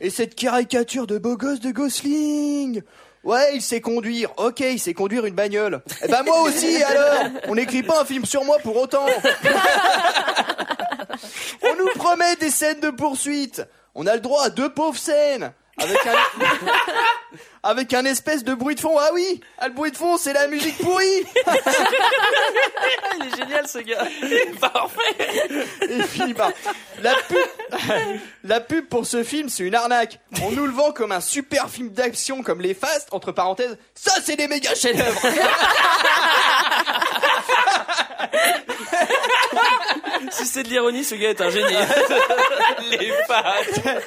[SPEAKER 5] Et cette caricature de beau gosse de Gosling Ouais, il sait conduire. Ok, il sait conduire une bagnole. Eh ben moi aussi, alors On n'écrit pas un film sur moi pour autant On nous promet des scènes de poursuite On a le droit à deux pauvres scènes Avec un... Avec un espèce de bruit de fond. Ah oui Ah, le bruit de fond, c'est la musique pourrie
[SPEAKER 1] Il est génial ce gars Parfait
[SPEAKER 5] Et puis, bah, la pub, la pub pour ce film, c'est une arnaque. On nous le vend comme un super film d'action, comme les Fast, entre parenthèses. Ça, c'est des méga chefs-d'œuvre.
[SPEAKER 7] Si c'est de l'ironie, ce gars est un génie.
[SPEAKER 1] Les pattes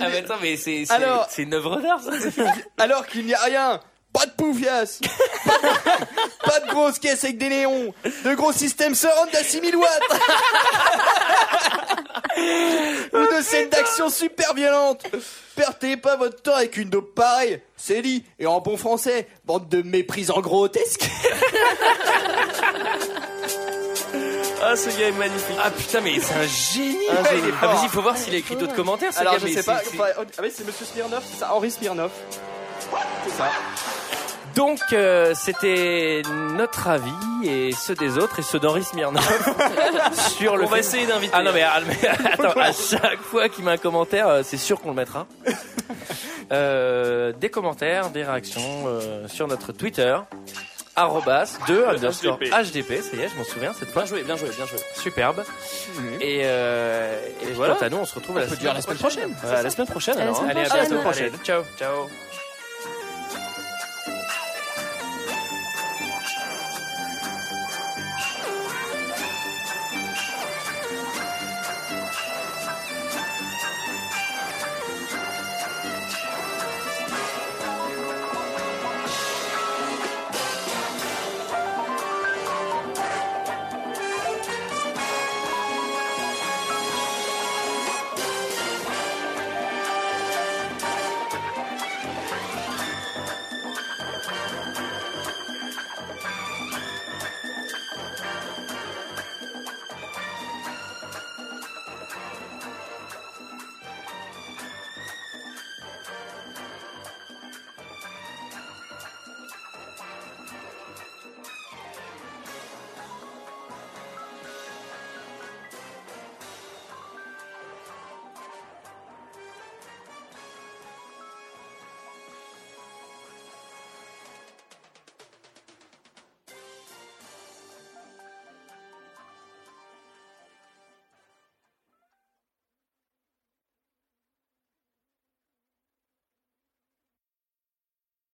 [SPEAKER 1] Ah mais attends, mais c'est c'est-
[SPEAKER 5] Alors-
[SPEAKER 1] c'est une œuvre d'art ça
[SPEAKER 5] Alors qu'il n'y a rien. Pas de poufias. Pas de grosses caisses avec des néons. De gros systèmes surround à 6000 watts. Ou de scènes d'action super violentes. Perdez pas votre temps avec une dope pareille. C'est dit. Et en bon français, bande de méprisants grotesques.
[SPEAKER 7] Ah, ce gars est magnifique.
[SPEAKER 1] Ah putain, mais c'est un génie
[SPEAKER 5] Ah, il est
[SPEAKER 1] Ah
[SPEAKER 5] fort.
[SPEAKER 1] vas-y, faut voir s'il a écrit d'autres commentaires ce
[SPEAKER 5] Alors
[SPEAKER 1] gars,
[SPEAKER 5] je
[SPEAKER 1] mais
[SPEAKER 5] sais
[SPEAKER 1] c'est-
[SPEAKER 5] pas.
[SPEAKER 1] c'est-
[SPEAKER 5] enfin, oh, ah oui, c'est Monsieur Smirnov, c'est ça, Henri Smirnov.
[SPEAKER 1] Donc, euh, c'était notre avis et ceux des autres et ceux d'Henri Smirnov sur le
[SPEAKER 7] On va
[SPEAKER 1] film.
[SPEAKER 7] essayer d'inviter.
[SPEAKER 1] Ah non, mais, ah, mais attends, à chaque fois qu'il met un commentaire, euh, c'est sûr qu'on le mettra. Euh, des commentaires, des réactions euh, sur notre Twitter. Arrobas 2 underscore HDP, ça y est, je m'en souviens cette fois.
[SPEAKER 7] Bien joué, bien joué, bien joué. Mhm.
[SPEAKER 1] Superbe. Et, euh, et
[SPEAKER 7] voilà.
[SPEAKER 1] quant à nous, on se retrouve à la,
[SPEAKER 7] peut dire la semaine prochaine.
[SPEAKER 1] Euh, à la semaine prochaine.
[SPEAKER 6] À la
[SPEAKER 1] alors, hein.
[SPEAKER 6] semaine
[SPEAKER 1] Allez, à
[SPEAKER 6] prochaine.
[SPEAKER 1] bientôt. Allez, ciao. Ciao.